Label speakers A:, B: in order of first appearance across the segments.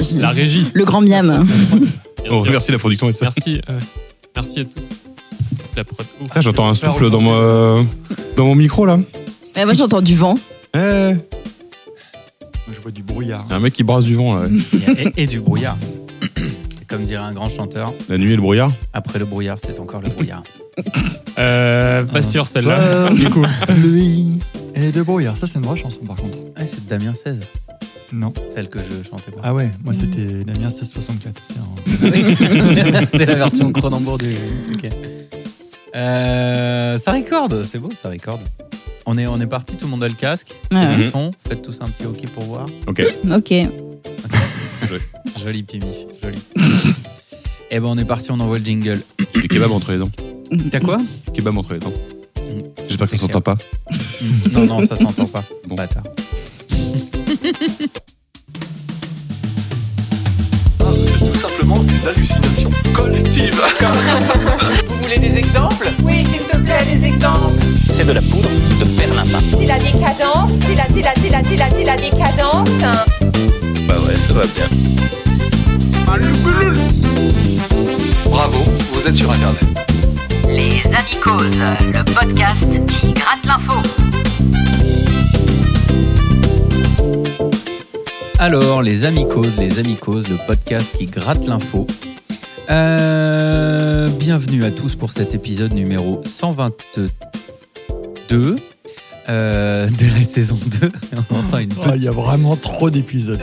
A: régie.
B: La régie.
A: Le grand miam.
B: bien
C: Oh,
B: sûr.
C: merci la production. Esther.
B: Merci. euh, merci à tous. La prod. Ouh,
C: Putain, J'entends un
B: je vais
C: souffle
B: faire
C: dans mon, euh, dans mon micro là.
A: Ouais, moi j'entends du vent.
C: Eh,
D: Je vois du brouillard.
C: y a un mec qui brasse du vent là.
E: Et, et du brouillard. Et Comme dirait un grand chanteur,
C: La nuit et le brouillard.
E: après le brouillard, c'est encore le brouillard.
B: Euh,
D: Ah,
B: pas sûr celle-là.
D: du coup. Lui et de brouillard. Ça, c'est une vraie chanson par contre.
E: Ah, c'est de Damien 16,
D: Non.
E: celle que je chantais pas.
D: Ah ouais, moi c'était Damien 1664. C'est un-
E: c'est la version Cronenbourg du. ok. Euh, ça recorde, c'est beau, ça recorde. On est, on est parti, tout le monde a le casque,
A: Ouais,
E: le
A: Ah ouais.
C: Mhm.
E: son, faites tous un petit hockey pour voir.
C: Ok.
A: Euh,
E: Mhm.
A: Ok.
E: Joli Pimi, joli. Et ben on est parti, on envoie le jingle.
C: J'ai du kebab entre les dents.
E: T'as quoi
C: Kebab entre les dents.
E: Mm.
C: J'espère que ça s'entend pas.
E: Non, non, ça s'entend pas.
C: Bon.
E: Bâtard.
F: Ah, C'est tout simplement une hallucination collective.
G: Vous voulez des exemples Oui, s'il te plaît, des exemples.
H: C'est de la poudre de perlimpin.
I: Si la décadence, si la, si la, si la, si la, si la décadence.
H: Bah ouais, ça va bien.
F: Bravo, vous êtes sur Internet.
J: Les Amicos, le podcast qui gratte l'info.
E: Alors, les Amicos, les Amicos, le podcast qui gratte l'info. Euh, bienvenue à tous pour cet épisode numéro 122 euh, de la saison 2. On entend une
D: Oh, Il y a
E: petite,
D: vraiment trop d'épisodes.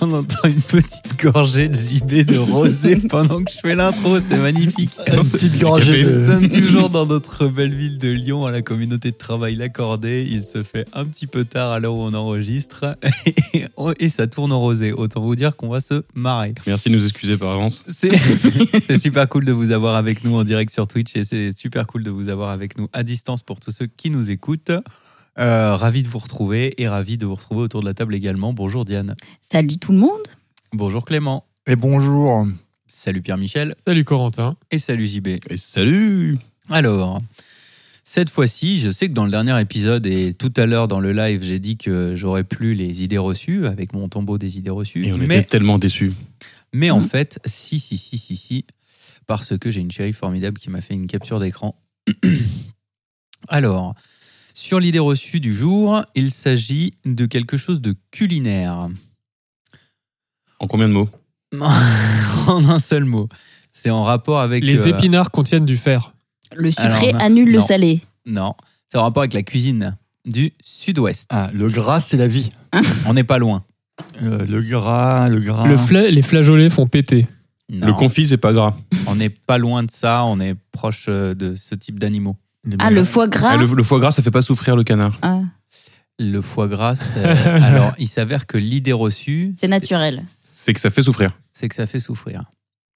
E: on entend une petite gorgée de JB de rosé pendant que je fais l'intro, c'est magnifique.
D: Une petite gorgée
E: Nous
D: de.
E: sommes toujours dans notre belle ville de Lyon, à la communauté de travail L'Accordé. Il se fait un petit peu tard à l'heure où on enregistre et, on- et ça tourne au rosé. Autant vous dire qu'on va se marrer.
C: Merci de nous excuser par avance.
E: C'est c'est super cool de vous avoir avec nous en direct sur Twitch et c'est super cool de vous avoir avec nous à distance pour tous ceux qui nous écoutent. Euh, ravi de vous retrouver et ravi de vous retrouver autour de la table également. Bonjour Diane.
A: Salut tout le monde.
E: Bonjour Clément.
D: Et bonjour.
E: Salut Pierre-Michel
B: Salut Corentin.
E: et salut JB.
C: Et salut
E: Alors, cette fois-ci, je sais que dans le dernier épisode et tout à l'heure dans le live, j'ai dit que j'aurais plus les idées reçues avec mon tombeau des idées reçues.
C: Et on était Mmh.
E: mais,
C: tellement déçus.
E: mais en fait, si, si, si, si, si, parce que j'ai une chérie formidable qui m'a fait une capture d'écran. Alors, sur l'idée reçue du jour, il s'agit de quelque chose de culinaire.
C: En combien de mots
E: en un seul mot. C'est en rapport avec.
B: Les
E: euh,
B: épinards contiennent du fer.
A: Le sucré
E: Alors, on a-
A: annule le
E: non.
A: salé.
E: Non, c'est en rapport avec la cuisine du sud-ouest.
D: Ah, le gras, c'est la vie.
E: On n'est pas loin.
D: Euh, le gras, le gras.
B: Le fla- les flageolets font péter.
E: Non.
C: Le confit, c'est pas gras.
E: On n'est pas loin de ça, on est proche euh, de ce type d'animaux.
D: Les
A: Ah, le foie gras.
C: Ah, le, le foie gras, ça fait pas souffrir le canard.
A: Ah,
E: Le foie gras, c'est- euh, alors il s'avère que l'idée reçue,
A: c'est naturel.
C: C'est que ça fait souffrir.
E: c'est que ça fait souffrir.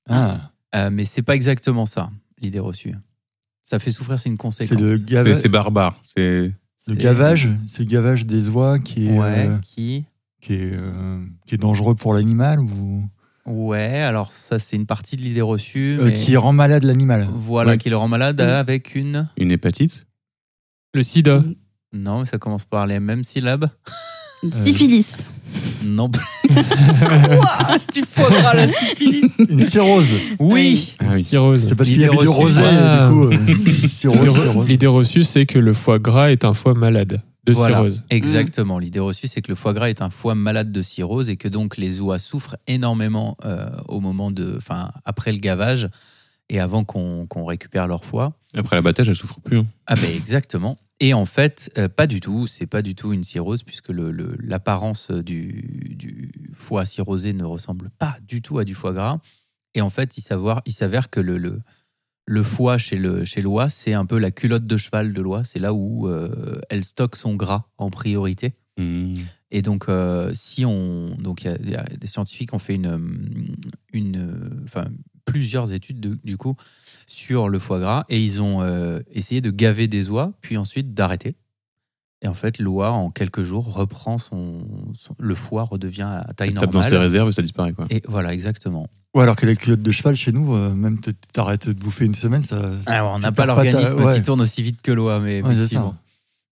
D: Ah,
E: Euh, mais c'est pas exactement ça, l'idée reçue. Ça fait souffrir, c'est une
D: c'est
E: conséquence.
D: le,
C: C'est
D: gava-
C: c'est barbare. C'est
D: le gavage. C'est le gavage des oies qui est,
E: Ouais,
D: euh,
E: qui
D: qui est, euh, qui est dangereux pour l'animal ou
E: Ouais, alors ça, c'est une partie de l'idée reçue.
D: euh,
E: mais
D: qui rend malade l'animal.
E: Voilà,
C: Ouais.
E: qui le rend malade euh, avec une.
C: une hépatite.
B: Le sida.
E: Non, mais ça commence par les mêmes syllabes. Euh,
A: Syphilis.
E: Non. Quoi Du foie gras, la syphilis
D: Une cirrhose.
E: Oui
C: Ah oui.
B: Cirrhose.
D: C'est parce qu'il y
E: L'idée
D: avait du
E: reçue.
D: rosé,
B: Ah.
D: du coup. euh, cirrhose,
B: L'idée re-
D: cirrhose.
B: L'idée reçue, c'est que le foie gras est un foie malade de
E: Voilà,
B: cirrhose.
E: Exactement. L'idée reçue, c'est que le foie gras est un foie malade de cirrhose et que donc les oies souffrent énormément euh, au moment de, enfin, après le gavage et avant qu'on qu'on récupère leur foie.
C: Après l'abattage, elle souffre plus. hein.
E: Ah ben exactement. Et en fait, euh, pas du tout. C'est pas du tout une cirrhose puisque le- le- l'apparence du, du foie cirrhosé ne ressemble pas du tout à du foie gras. Et en fait, il, savoir, il s'avère que le, le, le foie chez le chez l'oie, c'est un peu la culotte de cheval de l'oie. C'est là où euh, elle stocke son gras en priorité.
C: Mm.
E: Et donc, euh, si on, donc il y a- il y, a des scientifiques qui ont fait une, hum, une, euh, enfin plusieurs études de- du coup sur le foie gras et ils ont euh, essayé de gaver des oies, puis ensuite d'arrêter. Et en fait, l'oie en quelques jours reprend son, son- le foie redevient à taille
C: Elle tape dans ses
E: normale.
C: réserves et ça disparaît. Quoi.
E: Et voilà, exactement.
D: Ou alors que la culotte de cheval chez nous, euh, même t- t'arrêtes de bouffer une semaine, ça. ça-
E: Alors, Ah, on n'a
D: tu
E: pas
D: perds ta-
E: l'organisme
D: ouais.
E: qui tourne aussi vite que l'oie, mais
D: Ouais, c'est ça.
E: effectivement.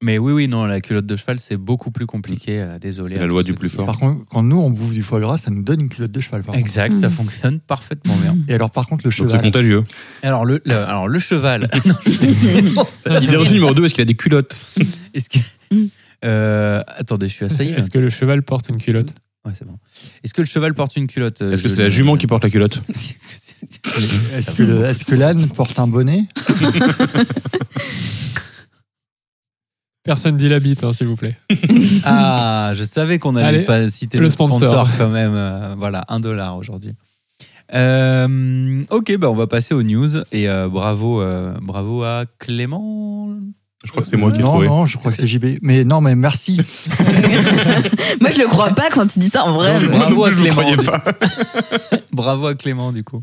E: Mais oui, oui, non, la culotte de cheval, c'est beaucoup plus compliqué. euh, désolé.
C: C'est la
E: à
C: loi
E: tous
C: du
E: ceux
C: plus
E: qui-
C: fort.
D: Par contre, quand nous, on bouffe du foie gras, ça nous donne une culotte de cheval. par contre.
E: Exact, ça fonctionne parfaitement bien.
D: Et alors, par contre, le
C: Donc c'est
D: cheval.
C: contagieux.
E: Alors, le, le- alors, le cheval. Non,
C: Idée reçue numéro 2, est-ce qu'il a des culottes
E: Est-ce que-
A: Mm.
E: Euh, attendez, je suis assailli. là.
B: Est-ce que le cheval porte une culotte
E: Ouais, c'est bon. Est-ce que le cheval porte une culotte euh,
C: Est-ce que c'est la jument qui porte la culotte
D: Est-ce que, le- est-ce que l'âne porte un bonnet
B: Personne dit la bite, hein, s'il vous plaît.
E: Ah, je savais qu'on allait
B: Allez,
E: pas citer
B: le
E: le sponsor.
B: sponsor.
E: quand même. Euh, voilà, un dollar aujourd'hui. Euh, ok, bah on va passer aux news et euh, bravo, euh, bravo à Clément.
C: Je crois que c'est moi qui ai
D: Non,
C: trouvé.
D: non, je crois que c'est JB. Mais non, mais merci.
A: Moi, je le crois pas quand il dit ça en vrai. mais-
E: bravo à
C: je vous
E: Clément.
C: croyais
E: du-
C: pas.
E: bravo à Clément du coup.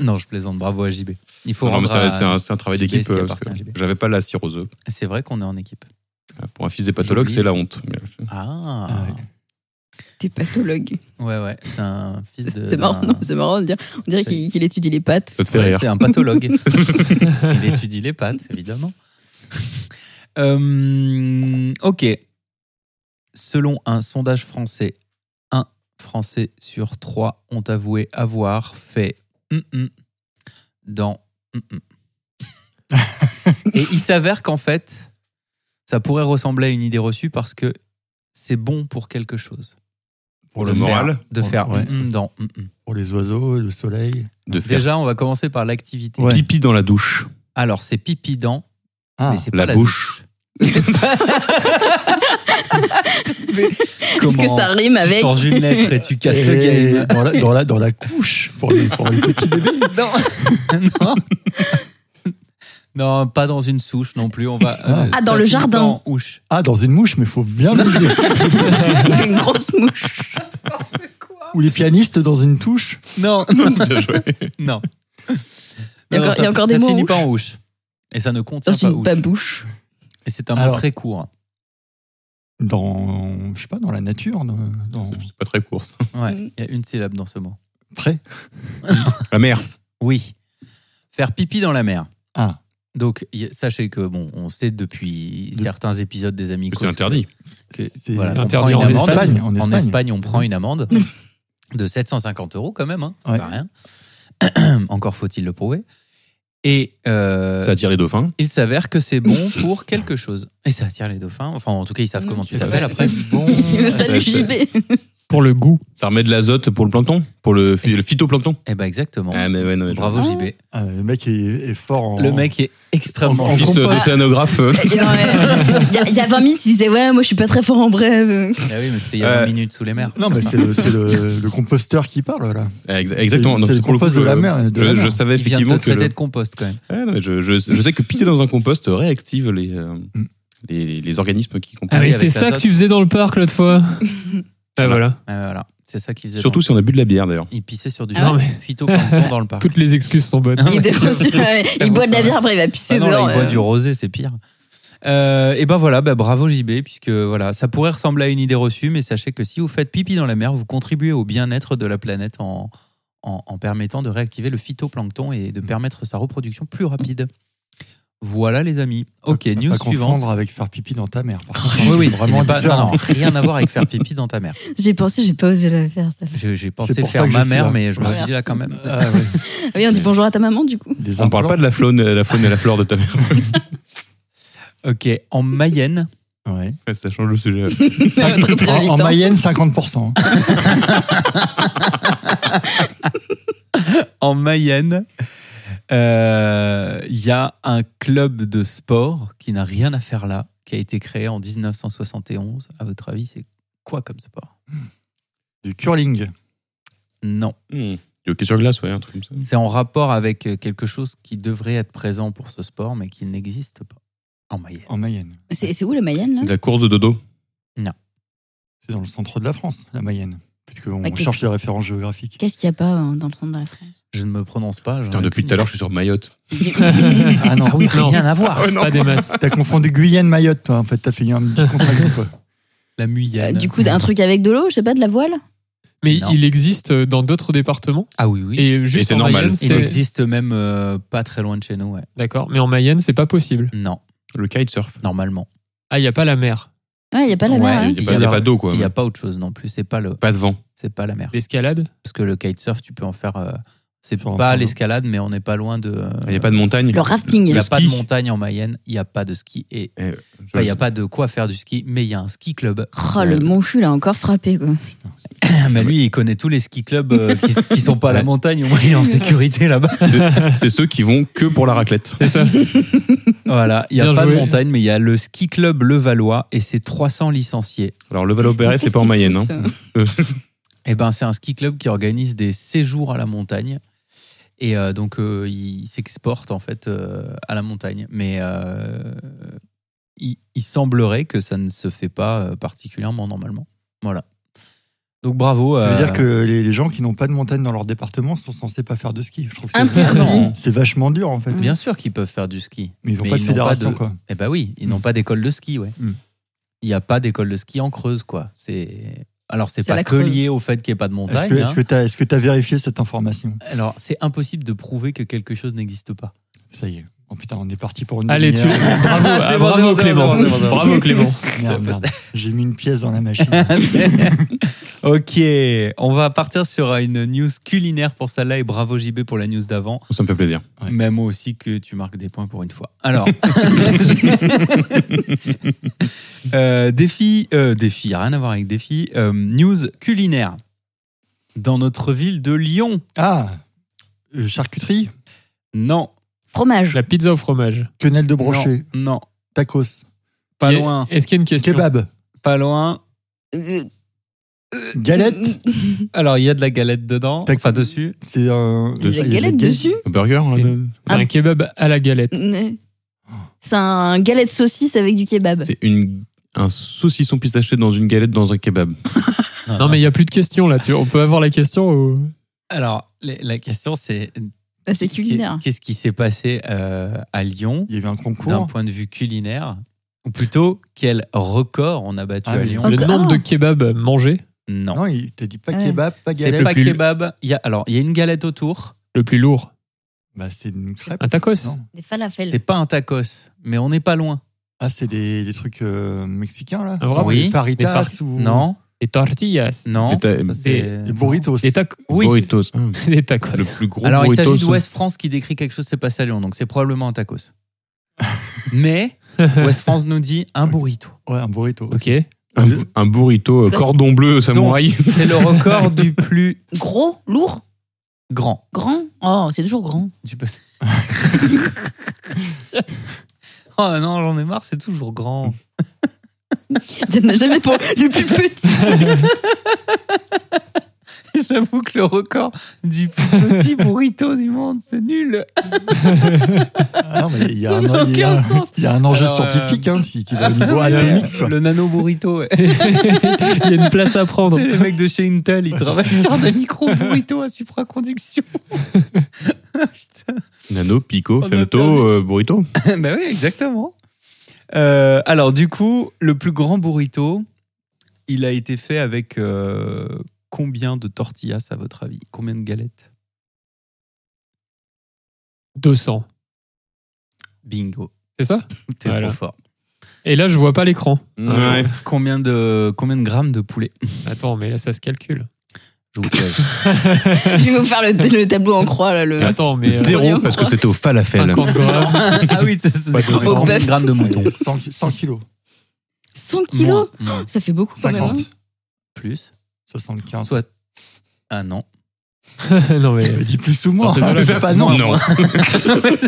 E: Non, je plaisante. Bravo à JB. Il faut
C: Non, mais
E: rendre.
C: ça,
E: à-
C: c'est un, c'est un travail
E: JB,
C: d'équipe.
E: ce qui
C: euh,
E: appartient
C: parce
E: à
C: que
E: JB.
C: J'avais pas la cirrhose.
E: C'est vrai qu'on est en équipe.
C: Pour un fils des pathologues,
E: J'oublie.
C: c'est la honte. Mais c'est-
E: Ah.
A: T'es pathologue.
E: Ouais, ouais. C'est un fils de.
A: C'est marrant,
E: d'un-
A: non, c'est marrant de dire. On dirait qu'il qu'il étudie les pattes.
C: Ça te fait
E: Ouais,
C: rire.
E: C'est un pathologue. Il étudie les pattes, évidemment. Euh, ok. Selon un sondage français, un Français sur trois ont avoué avoir fait Mm-mm dans Mm-mm. Et il s'avère qu'en fait, ça pourrait ressembler à une idée reçue parce que c'est bon pour quelque chose.
D: Pour
C: le
E: De faire-
C: moral
E: De faire
D: Ouais.
E: Mm-mm dans Mm-mm.
D: Pour les oiseaux, le soleil.
C: De faire
E: Déjà, on va commencer par l'activité.
D: Ouais.
C: pipi dans la douche.
E: Alors, c'est pipi dans
D: Ah,
E: mais c'est
C: la
E: pas
C: bouche.
A: Est-ce que ça rime avec
E: Change une lettre et tu casses le
D: Et
E: game.
D: dans, la, dans, la, dans la couche, pour les, pour les petits bébés.
E: Non. non. Non, pas dans une souche non plus. On va. euh,
A: Ah, dans le
E: ça finit
A: jardin.
E: pas en ouche.
D: Ah, dans une mouche, mais faut bien bouger.
A: Il fait une grosse mouche
D: Ou les pianistes dans une touche.
E: Non.
A: Il y a
E: non. Non,
A: encore-
E: ça-
A: il y a encore
E: ça
A: des mots en
E: finit
A: ouche
E: pas en ouche. Et ça ne contient
A: dans
E: pas
A: une
E: ouche.
A: babouche.
E: Et c'est un mot
D: Alors.
E: très court.
D: Dans, je sais pas, dans la nature. Dans, dans-
C: C'est pas très court. ça.
E: Ouais.
A: Mm.
E: Il y a une syllabe dans ce mot.
D: près.
C: La mer.
E: Oui. Faire pipi dans la mer.
D: Ah.
E: Donc, y- sachez que, bon, on sait depuis
D: De-
E: certains épisodes des Amicos.
C: C'est interdit.
E: que-
D: C'est
E: voilà, on
B: interdit
E: prend
B: en
E: une amende.
D: Espagne, en
E: En
D: Espagne.
E: Espagne, on prend une amende de 750 euros quand même, hein, c'est
D: Ouais.
E: pas rien. Encore faut-il le prouver. Et euh,
C: Ça attire les dauphins.
E: il s'avère que c'est bon pour quelque chose. Et ça attire les dauphins. Enfin, en tout cas, ils savent
A: Mm.
E: comment tu
D: Et ça
E: t'appelles
D: fait-
E: après.
D: Bon.
A: Salut JB.
B: Pour le goût.
C: Ça remet de l'azote pour le plancton. Pour le, phy- le phytoplancton.
E: Eh ben exactement.
C: Ah, mais ouais, non, mais je- Oh.
E: Bravo JB.
D: Ah, le mec est, est fort en.
E: Le mec est extrêmement.
D: En- en-
C: Fils
D: compost.
C: d'océanographe. euh,
A: Il y, a- il y a 20 minutes, il disait Ouais, moi je suis pas très fort en brève.
E: Ah oui, mais c'était il y a 20
C: Ouais.
E: minutes sous les mers.
D: Non, mais c'est le, c'est le, le composteur qui parle, là.
C: ex- Exactement.
D: C'est-
C: Donc,
D: c'est le
C: pour le coup,
D: compost de
C: je-
D: la mer, de la
C: je- Je
D: mer.
C: savais
E: Il vient de
C: effectivement
E: te
C: que. le-
E: traiter de compost quand même.
C: Ouais, non, mais je, je- je sais que pisser dans un compost réactive les, euh,
D: Mm.
C: les, les organismes qui composent.
B: Ah, mais
E: oui,
B: c'est
E: avec
B: ça
E: l'azote.
B: que tu faisais dans le parc l'autre fois. Ah, voilà.
E: Ah, voilà, c'est ça qu'ils faisaient.
C: Surtout si on a bu de la bière d'ailleurs.
E: dans- ils pissaient sur du
B: Ah ouais.
E: phytoplancton dans le parc.
B: Toutes les excuses sont bonnes.
A: Il, il boit de la bière, après il va
E: Ah
A: pisser
E: non, là,
A: dehors.
E: il boit
A: euh.
E: du rosé, c'est pire. Euh, et ben voilà, ben bravo JB, puisque voilà, ça pourrait ressembler à une idée reçue, mais sachez que si vous faites pipi dans la mer, vous contribuez au bien-être de la planète en, en, en permettant de réactiver le phytoplancton et de permettre sa reproduction plus rapide. Voilà les amis. Ok,
D: Faut
E: news
D: pas
E: suivante.
D: confondre avec faire pipi dans ta mère. par contre.
E: Oui, oui,
D: C'est
E: ce qui n'est pas- non,
D: différent.
E: non, rien à voir avec faire pipi dans ta mère.
A: J'ai pensé, j'ai pas osé la faire celle-là.
E: J'ai j'ai pensé
D: pour ça
E: faire
D: que je
E: ma
D: suis
E: mère,
D: là.
E: mais je me
A: Ouais.
E: suis dit là quand même.
D: Ah, ouais.
A: Ah oui, on dit bonjour à ta maman du coup.
D: Des
C: On parle pas de la faune, euh, la faune et la flore de ta mère.
E: Ok, en Mayenne,
D: Ouais.
C: Ouais, Ça change le sujet.
A: Très, très vite,
D: En, en
A: hein.
D: Mayenne, 50%.
E: en Mayenne, euh, il y a un club de sport qui n'a rien à faire là, qui a été créé en 1971. À votre avis, c'est quoi comme sport
D: Du curling.
E: Non,
C: Hmm. Du hockey sur glace, ouais, un truc comme ça.
E: c'est en rapport avec euh, quelque chose qui devrait être présent pour ce sport, mais qui n'existe pas en Mayenne.
D: En Mayenne.
A: C'est c'est où la Mayenne là
C: De la course de dodo.
D: C'est dans le centre de la France, la Mayenne. Puisqu'on
A: Ah, qu'est-ce-
D: cherche les références géographiques.
A: Qu'est-ce qu'il y a pas euh, dans le centre de la France
E: Je ne me prononce pas. j'en
C: Putain,
E: ai
C: depuis
E: aucune
C: tout à l'heure,
E: idée.
C: je suis sur Mayotte.
D: Ah non,
E: Ah oui,
B: Non.
E: rien à voir.
B: Pas des masses.
D: T'as confondu Guyane-Mayotte, toi, en fait. T'as fait un petit contrat, quoi.
E: La
A: Euh,
E: Muyenne.
A: Du coup, un truc avec de l'eau, je sais pas, de la voile
B: Mais
E: Non.
B: il existe euh, dans d'autres départements.
E: Ah oui, oui.
B: Et juste
C: c'est
B: en
C: normal.
B: Mayenne,
E: Il
B: c'est.
E: existe même euh, pas très loin de chez nous. ouais.
B: D'accord. Mais en Mayenne, c'est pas possible.
E: Non,
C: Le kitesurf.
E: normalement.
B: Ah, il n'y a pas la mer.
A: Ouais, il n'y a pas la
E: Ouais,
A: mer. hein.
C: Il n'y a, pas d'eau, quoi.
E: Il n'y a pas autre chose non plus. C'est pas le,
C: Pas de vent.
E: c'est pas la mer.
B: L'escalade
E: Parce que le kitesurf, tu peux en faire. euh, c'est
D: Sur un
E: pas
D: plan.
E: l'escalade, mais on n'est pas loin de. euh,
C: Il n'y a pas de montagne.
A: Le rafting.
E: il y a
C: le
E: pas
C: ski.
E: de montagne en Mayenne. Il n'y a pas de ski et
C: Eh,
E: enfin, il n'y a pas de quoi faire du ski. Mais il y a un ski club.
A: Oh, le Monchu l'a encore frappé, quoi.
E: Ah, mais lui, il connaît tous les ski clubs euh, qui, qui sont pas à la
C: Ouais.
E: montagne. Au moins, il est en sécurité là-bas.
C: C'est- C'est ceux qui vont que pour la raclette.
B: C'est ça.
E: Voilà, il n'y a
B: Bien
E: pas de
B: joué.
E: montagne, mais il y a le ski club Levallois et ses 300 licenciés.
C: Alors, le Valo-Perret, c'est
A: Qu'est-ce
C: pas en
A: qu'ils
C: Mayenne.
A: foutent,
C: hein.
A: ça
E: Eh ben, c'est un ski club qui organise des séjours à la montagne. Et euh, donc, euh, ils s'exportent en fait euh, à la montagne. Mais euh, il, il semblerait que ça ne se fait pas euh, particulièrement normalement. Voilà. Donc, bravo.
D: Ça veut
E: euh,
D: dire que les, les gens qui n'ont pas de montagne dans leur département sont censés pas faire de ski. Je trouve que c'est-
A: Interdit.
D: c'est vachement dur en fait.
E: Bien sûr qu'ils peuvent faire du ski.
D: Mais ils n'ont
E: Mais
D: pas de
E: ils n'ont pas
D: fédération
E: de-
D: quoi.
E: Eh ben oui, ils n'ont pas d'école de ski, ouais.
D: Mm.
E: Il n'y a pas d'école de ski en Creuse, quoi. C'est alors c'est
A: C'est à
E: pas
A: la
E: que
A: Creuse.
E: lié au fait qu'il n'y ait pas de
D: Est-ce
E: montagne.
D: que-
E: hein.
D: est-ce que tu as, vérifié cette information
E: Alors c'est impossible de prouver que quelque chose n'existe pas.
D: Ça y est. Oh putain, on est parti pour une
B: Allez, tu...
D: demi-heure.
B: bravo, ah,
E: C'est bon, c'est
B: bravo
E: bon, c'est bon,
B: Clément.
E: c'est bon, c'est bon.
B: Bravo Clément.
D: Merde, merde. J'ai mis une pièce dans la machine.
E: ok, on va partir sur une news culinaire pour celle-là et bravo JB pour la news d'avant.
C: Ça me fait plaisir.
D: Ouais.
E: Mais moi aussi que tu marques des points pour une fois. Alors, Euh, défi, euh, défi, rien à voir avec défi. euh, news culinaire dans notre ville de Lyon.
D: Ah euh, Charcuterie,
E: Non,
A: Fromage.
B: La pizza au fromage.
D: quenelle de brochet,
E: non,
D: tacos,
E: pas
B: Il y a-
E: loin,
B: Est-ce qu'il y a une question
D: kebab,
E: pas loin.
A: Euh,
D: galette.
E: Alors il y a de la galette dedans,
D: Tac-
E: enfin dessus.
D: C'est un. euh,
A: Il y a de la galette dessus.
C: Un burger
B: C'est-
C: là, de-
B: C'est un kebab à la galette.
A: C'est un galette saucisse avec du kebab.
C: C'est une... un saucisson pistaché dans une galette dans un kebab.
B: Non, mais il n'y a plus de questions là. Tu... On peut avoir la question ou...
E: Alors les- la question c'est
A: Ah, C'est culinaire.
E: Qu'est-ce- Qu'est-ce qui s'est passé euh, à Lyon
D: Il y avait un
E: d'un
D: concours.
E: point de vue culinaire Ou plutôt, quel record on a battu
D: Ah
E: à
D: oui.
E: Lyon
A: Oh,
B: Le
A: Encore-
B: nombre
A: ah.
B: de kebabs mangés,
E: Non.
D: Non, il t'a dit pas
A: Ouais.
D: kebab, pas
E: C'est
D: galette.
E: pas
C: plus-
E: kebab. Il y a, alors, il y a une galette autour.
B: le plus lourd.
D: Bah, c'est une crêpe.
B: Un tacos
D: Non.
A: Des falafels.
E: C'est pas un tacos, mais on n'est pas loin.
D: Ah, c'est des, des trucs euh, mexicains là
B: Ah, vraiment
E: Oui.
D: Des
B: Des
D: faritas
B: far-
D: ou.
E: Non,
B: Des tortillas.
E: non.
C: Mais t'as-
E: ça, c'est-
D: Des burritos.
B: Des tacos.
E: Oui.
C: Burritos. Ah,
B: Des tacos.
C: Le plus gros
E: Alors, il
C: burritos.
E: s'agit de West France qui décrit quelque chose qui s'est passé à Lyon, donc c'est probablement un tacos. mais West France nous dit un burrito.
D: Ouais, un burrito.
B: Ok.
C: Un, un burrito euh, cordon bleu samouraï.
E: C'est le record du plus
A: Gros, lourd,
E: grand.
A: grand. Oh, c'est toujours grand.
E: Tu peux. oh non, j'en ai marre, c'est toujours grand.
A: Il n'y en a jamais pour le plus petit.
E: J'avoue que le record du plus petit burrito du monde, c'est nul.
D: Ah, non, mais il y a
E: Ça
D: un, euh,
E: n'a
D: il y a-
E: aucun sens.
D: il y a un enjeu
E: Alors, euh,
D: scientifique hein, qui, qui va au niveau atomique. quoi.
E: Le nano burrito. ouais.
B: Il y a une place à prendre.
E: C'est les mecs de chez Intel, ils travaillent sur des micro burritos à supraconduction. Putain.
C: Nano, pico,
E: On a
C: femto,
E: perdu.
C: euh, burrito.
E: bah oui, exactement. Euh, alors du coup, le plus grand burrito, il a été fait avec euh, combien de tortillas à votre avis Combien de galettes
B: 200.
E: Bingo.
B: C'est ça
E: T'es
B: Voilà.
E: trop fort.
B: Et là, je vois pas l'écran.
C: Ouais.
E: Combien de, combien de grammes de poulet
B: Attends, mais là, ça se calcule.
E: Je vous piège.
A: Je vais vous faire le, le tableau en croix, là. Le...
B: Attends, mais. euh,
C: Zéro, parce que c'était au falafel.
B: 50 grammes.
E: ah oui, c'est c'est-
D: Pas
E: c'est
D: de
E: combien
A: bœuf.
E: de grammes de mouton
D: 100, 100 kilos,
A: 100 kilos
E: Moins, moins,
A: Ça fait beaucoup quand même.
D: 50,
E: Plus.
D: 75.
E: Soit. Ah non.
B: non, mais.
D: Il dit plus ou moins.
B: Non, c'est ça, là,
D: Ah, C'est pas non.
C: Non,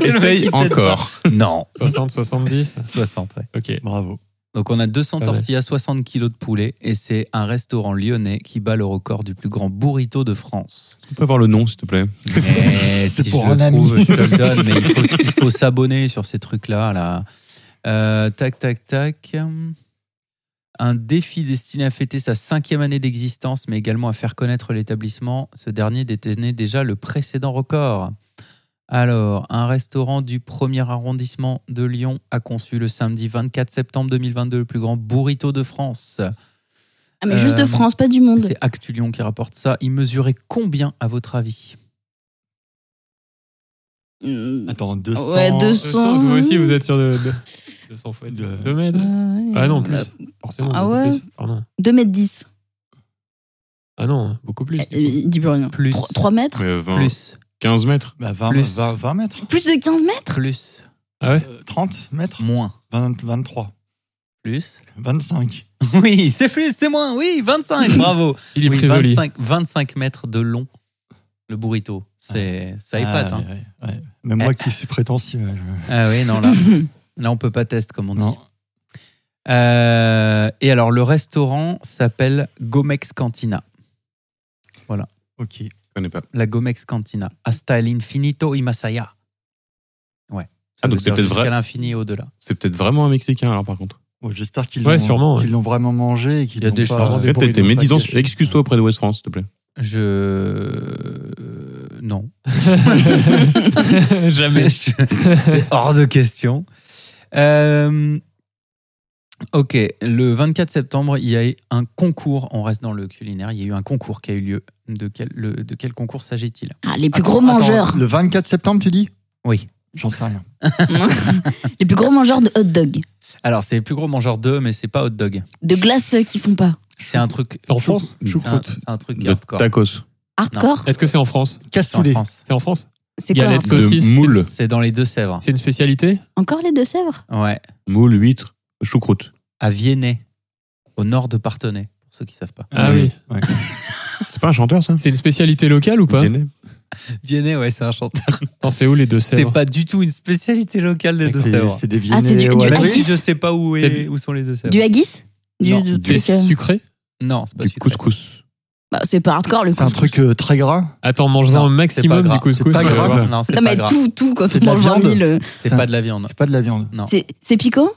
E: Essaye
C: encore.
E: Non.
B: 60, 70.
E: 60, ouais.
B: Ok.
D: Bravo.
E: Donc on a 200
B: Pas mal.
E: tortillas, 60 kilos de poulet, et c'est un restaurant lyonnais qui bat le record du plus grand burrito de France.
C: On peut avoir le nom, s'il te plaît.
E: Eh,
D: C'est
E: si
D: pour
E: je le
D: un ami.
E: trouve, je te le donne, mais il faut, il faut s'abonner sur ces trucs-là. Là. Euh, tac, tac, tac. Un défi destiné à fêter sa cinquième année d'existence, mais également à faire connaître l'établissement. Ce dernier détenait déjà le précédent record. Alors, un restaurant du premier arrondissement de Lyon a conçu le samedi 24 septembre 2022 le plus grand burrito de France.
A: Ah, mais juste
E: Euh,
A: de France, pas du monde.
E: C'est Actu Lyon qui rapporte ça. Il mesurait combien, à votre avis
A: Hmm.
D: Attends, 200.
A: Ouais, 200.
B: Euh, Vous aussi, vous êtes sur de. de- 200 fois
D: De-
B: 2 mètres. Ah non, plus. Forcément.
A: Ah
B: beaucoup
A: ouais
B: plus. Ah non.
A: 2 mètres 10.
B: Ah non, beaucoup plus. du coup.
A: Il dit plus rien.
E: Plus.
A: 3 mètres
C: Mais, euh, 20,
E: Plus,
C: 15 mètres
D: Bah, 20,
E: Plus.
D: 20, 20 mètres
A: Plus de 15 mètres
E: plus,
B: Ah ouais
D: euh, 30 mètres
E: moins,
D: 20, 23
E: plus.
D: 25
E: Oui, c'est plus, c'est moins. Oui, 25, bravo.
B: Il est
E: Oui,
B: Prisoli.
E: 25, 25 mètres de long, le burrito. C'est, ça épate.
D: Ah,
E: hein.
D: ouais, ouais. Mais moi qui suis prétentieux. euh, je-
E: Ah oui, non, là, là, on peut pas test, comme on dit.
D: Non.
E: Euh, et alors, le restaurant s'appelle Gomex Cantina.
D: Ok.
C: Je connais pas.
E: La Gomex Cantina. Hasta el infinito y más allá. Ouais. Ça
C: Ah, donc
E: veut
C: c'est
E: dire
C: peut-être vrai.
E: Jusqu'à l'infini et au-delà.
C: C'est peut-être vraiment un Mexicain, alors, par contre.
D: Bon, J'espère qu'ils
B: Ouais,
D: l'ont
B: sûrement, ouais.
D: qu'ils l'ont vraiment mangé et qu'ils
E: Il y a
D: l'ont
E: des
D: pas-
E: chances.
B: Vraiment des
C: Peut-être t'as été
D: ils l'ont pas
C: médisant.
D: caché.
C: Excuse-toi auprès de West France, s'il te plaît.
E: Je. euh, Non.
B: Jamais.
E: Je- C'est hors de question. Euh, Ok, le 24 septembre, il y a eu un concours. On reste dans le culinaire. Il y a eu un concours qui a eu lieu. De quel, le- de quel concours s'agit-il
A: Ah, les plus
D: Attends,
A: gros
D: attends,
A: mangeurs.
D: Le 24 septembre, tu dis
E: Oui.
D: J'en sais rien.
A: les plus gros mangeurs de hot dog.
E: Alors, c'est les plus gros mangeurs d'œufs, mais c'est pas hot dog.
A: De glace euh, qui font pas.
E: C'est un truc.
B: C'est en France
E: C'est un,
D: Choucroute,
E: c'est un truc
C: De
E: hardcore.
C: tacos.
A: Hardcore
B: Est-ce que c'est en France
E: C'est en
D: cassoulet.
E: France.
B: C'est en France
A: C'est quoi
B: Galette.
A: hein
B: Saucisse,
C: De moule.
E: C'est dans les Deux-Sèvres.
B: C'est une spécialité
A: Encore les Deux-Sèvres
E: Ouais.
C: Moule, huître, choucroute.
E: À Viennet, au nord de Parthenay, pour ceux qui savent pas.
B: Ah oui.
D: Ouais.
C: C'est pas un chanteur, ça
B: C'est une spécialité locale ou pas
C: Viennet
E: Viennet, ouais, c'est un chanteur.
B: Non, c'est où les deux
E: C'est
B: Sèvres
E: pas du tout une spécialité locale des
D: C'est
E: Deux-Sèvres.
D: c'est des
A: Ah, c'est du-
D: Viennais
A: du
D: au
A: Haggis.
D: Haggis.
E: Oui, je sais pas où, est-
B: C'est-
E: où sont les Deux-Sèvres.
A: Du haggis Du-
E: Non,
A: du
B: C'est
A: truc, euh,
B: sucré
E: Non, c'est pas
C: Du
E: sucré.
C: couscous.
A: bah, C'est pas hardcore le
D: C'est un
A: couscous.
D: truc euh, très gras.
B: Attends, mange-en un
E: Non, c'est pas
B: maximum
E: gras.
B: du couscous. euh,
D: C'est pas
B: tu vas
D: gras.
B: voir.
E: Non, c'est
A: Non
E: pas
A: mais
E: grave.
A: tout, tout, quand
D: C'est
A: on
D: de la
A: mange 20
D: viande.
A: 000. euh,
E: C'est pas de la viande.
D: C'est pas de la viande.
E: Non.
A: c'est- C'est piquant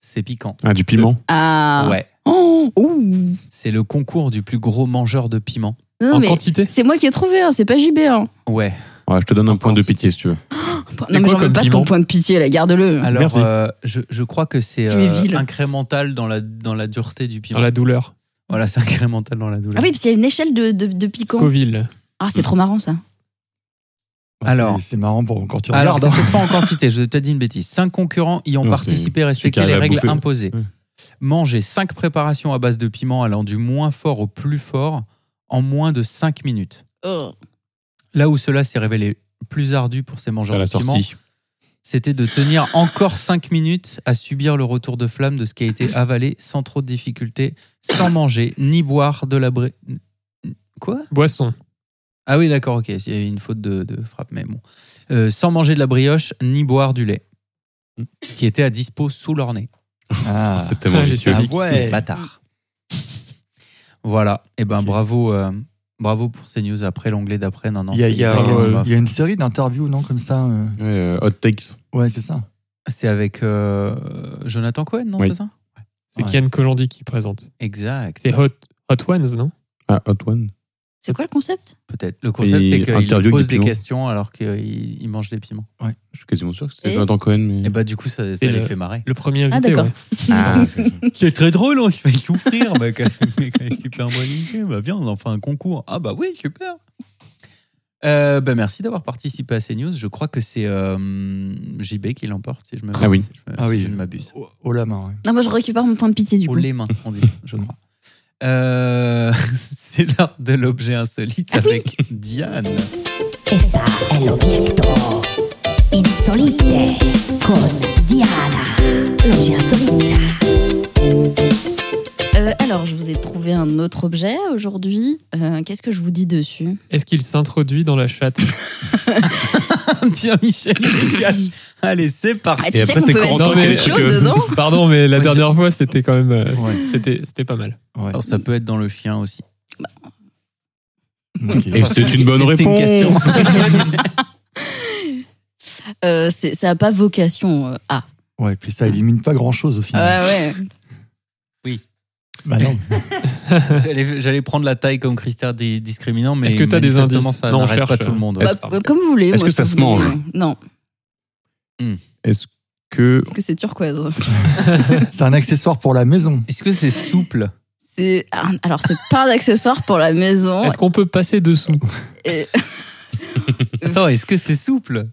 E: C'est piquant.
C: Ah, du piment.
A: Ah
E: Ouais.
A: Oh, ouh.
E: C'est le concours du plus gros mangeur de piment.
A: Non,
B: En
A: mais
B: quantité
A: c'est moi qui ai trouvé, hein, c'est pas JB. Hein.
E: Ouais.
C: Ouais, je te donne un point de
E: Encore.
C: pitié, si tu veux.
A: Non, mais
B: quoi
A: j'en veux
B: comme
A: pas de
B: piment
A: ton point de pitié, là, garde-le.
E: Alors,
C: Merci.
E: euh, je, je crois que c'est
A: Tu es
E: euh,
A: vil.
E: incrémental dans la, dans la dureté du piment.
B: Dans la douleur.
E: Voilà, c'est incrémental dans la douleur.
A: Ah oui, parce qu'il y a une échelle de, de, de piquant.
B: Scoville.
A: Ah, c'est trop marrant ça.
D: Ouais,
E: Alors.
D: c'est- C'est marrant pour quand tu
E: Alors,
D: regardes.
E: c'était pas en quantité, je vous ai peut-être dit une bêtise. Cinq concurrents y ont
C: Non,
E: participé et
C: celui qui
E: respecté les
C: arrive à
E: règles
C: bouffer. Mmh.
E: imposées.
C: Ouais.
E: Manger cinq préparations à base de piment allant du moins fort au plus fort en moins de cinq minutes.
A: Oh.
E: Là où cela s'est révélé plus ardu pour ces mangeurs
C: À la
E: de piment,
C: sortie.
E: c'était de tenir encore 5 minutes à subir le retour de flamme de ce qui a été avalé sans trop de difficulté, sans manger ni boire de la bré... Quoi
B: Boisson.
E: Ah oui, d'accord, ok, il y a eu une faute de, de frappe, mais bon. Euh, sans manger de la brioche ni boire du lait, qui était à dispo sous leur nez.
D: Ah,
C: C'est tellement
B: Ah,
C: vicieux.
D: ah ouais.
E: Bâtard. Voilà, et ben bravo, euh, bravo pour ces news après l'onglet d'après. Non, non,
D: Il y a,
E: c'est
D: il y a,
E: Isaac
B: euh,
E: Asimov.
D: il y a une série d'interviews, non Comme ça. euh,
C: Ouais, euh, hot takes.
D: Ouais, c'est ça.
E: c'est avec euh, Jonathan Cohen, non,
C: Oui.
E: c'est ça
B: C'est
D: Ouais.
B: Kian Kojandi qui présente.
E: Exact.
B: C'est Hot, Hot Ones, non
C: Ah, hot one.
A: C'est quoi le concept
E: Peut-être. Le concept,
C: Et
E: c'est qu'il
C: interview
E: pose
C: avec
E: des
C: des piments.
E: questions alors qu'il il mange des piments.
C: Je suis quasiment sûr que c'était
A: Et
C: Jonathan Cohen, mais.
E: Et bah, du coup, ça, ça
B: Et
E: les
B: le-
E: fait marrer.
B: Le premier
A: Ah,
B: invité,
A: d'accord.
B: ouais.
C: Ah, c'est-
E: C'est très drôle, on se fait souffrir. bah, quand même, quand même, super bonne idée. Bah, viens, on en fait un concours. Ah, bah oui, super. Euh, bah, merci d'avoir participé à ces news. Je crois que c'est euh, JB qui l'emporte, si je me
C: Ah oui.
E: si je me-
D: Ah
E: si
D: oui.
E: je ne m'abuse.
D: Au, au la main. ouais.
A: Non, moi je récupère mon point de pitié du
E: Ou
A: coup.
E: les mains, on dit, je crois. Euh, c'est l'art de l'objet insolite
A: Ah
E: avec Diane.
K: Esta è l'obietto insolite con Diana, l'oggi insolita.
A: Euh, alors, je vous ai trouvé un autre objet aujourd'hui. Euh, Qu'est-ce que je vous dis dessus
B: Est-ce qu'il s'introduit dans la chatte
E: Bien, Michel, les cache. Allez, c'est parti.
A: Ah, Tu sais
C: Et après,
A: qu'on
C: c'est
A: peut
C: Corentin
A: mettre
B: qui
A: beaucoup de
B: dit
A: choses
C: que-
A: dedans
B: Pardon, mais la
E: Ouais,
B: dernière fois, c'était quand même. euh,
D: Ouais.
B: c'était c'était pas mal.
D: Ouais.
E: Alors, ça peut être dans le chien aussi.
D: Ok.
C: Et c'est une bonne
E: C'est une
C: réponse.
E: question.
A: Euh, c'est- ça n'a pas vocation euh, à.
D: Ouais, puis ça élimine pas grand chose au final.
C: Ah.
A: Ouais, ouais.
D: Bah non.
E: J'allais- J'allais prendre la taille comme critère di- discriminant, mais
B: Est-ce que t'as des
E: manifestement,
B: indices
E: Ça
B: Non, on
E: n'arrête pas
B: cherche.
E: tout le monde. ouais.
A: Bah, euh, comme vous voulez.
C: Est-ce
A: moi,
C: que
A: je
C: ça
A: peux
C: se
A: vous donner- Non.
C: Est-ce que.
A: Est-ce que c'est turquoise
D: C'est un accessoire pour la maison.
E: Est-ce
A: euh,
E: que c'est souple
A: C'est un- alors c'est pas un accessoire pour la maison.
B: Est-ce qu'on peut passer dessous
A: Et-
E: Attends, est-ce que c'est souple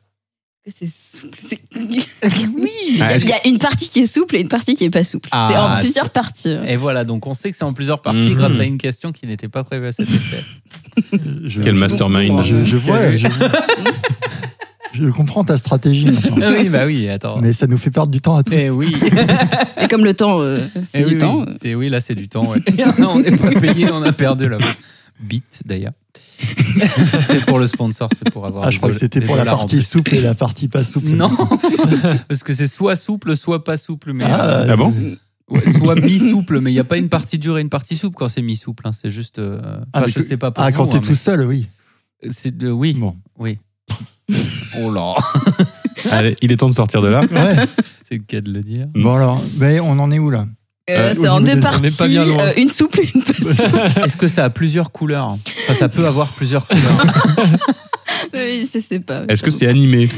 A: que c'est souple c'est-
C: Ah,
A: Oui Il y a une partie qui est souple et une partie qui est pas souple. c'est
E: Ah,
A: en
E: c'est-
A: plusieurs parties.
E: Et voilà, donc on sait que c'est en plusieurs parties
C: Mhm.
E: grâce à une question qui n'était pas prévue à cet effet.
D: Je-
C: Quel mastermind.
D: Je, je vois, je, je comprends ta stratégie maintenant.
E: Ah oui, bah oui, attends.
D: Mais ça nous fait perdre du temps à tous.
E: Eh oui,
A: Et comme le temps, euh, c'est
E: Eh
A: du
E: oui,
A: temps.
E: oui. C'est oui, là c'est du temps. ouais. non, on n'est pas payé, on a perdu la bit d'ailleurs. c'est pour le sponsor, c'est pour avoir.
D: Ah,
E: des
D: je crois que
E: doll-
D: c'était
E: des
D: pour la
E: dollars en
D: partie
E: plus.
D: souple et la partie pas souple.
E: Non, parce que c'est soit souple, soit pas souple, mais
D: Ah,
C: Ah bon
D: euh,
E: euh, ouais, soit mi-souple, mais il n'y a pas une partie dure et une partie souple quand c'est mi-souple. hein, c'est juste. euh,
D: Ah,
E: enfin,
D: mais
E: je
D: tu-
E: sais pas pour
D: Ah,
E: vous,
D: quand t'es
E: hein,
D: tout seul, oui.
E: mais c'est de- Oui,
D: Bon.
E: oui. Oh là,
C: Allez, il est temps de sortir de là.
D: Ouais.
E: c'est le cas de le dire.
D: Bon alors, mais on en est où là
A: Euh,
D: Euh,
A: c'est
D: au
A: en
D: niveau
A: deux
D: des- on
B: est
A: parties,
B: pas bien loin.
A: euh, une souple et une pas souple.
E: Est-ce que ça a plusieurs couleurs Enfin, ça peut avoir plusieurs couleurs.
A: Oui, je sais pas.
C: Est-ce que c'est animé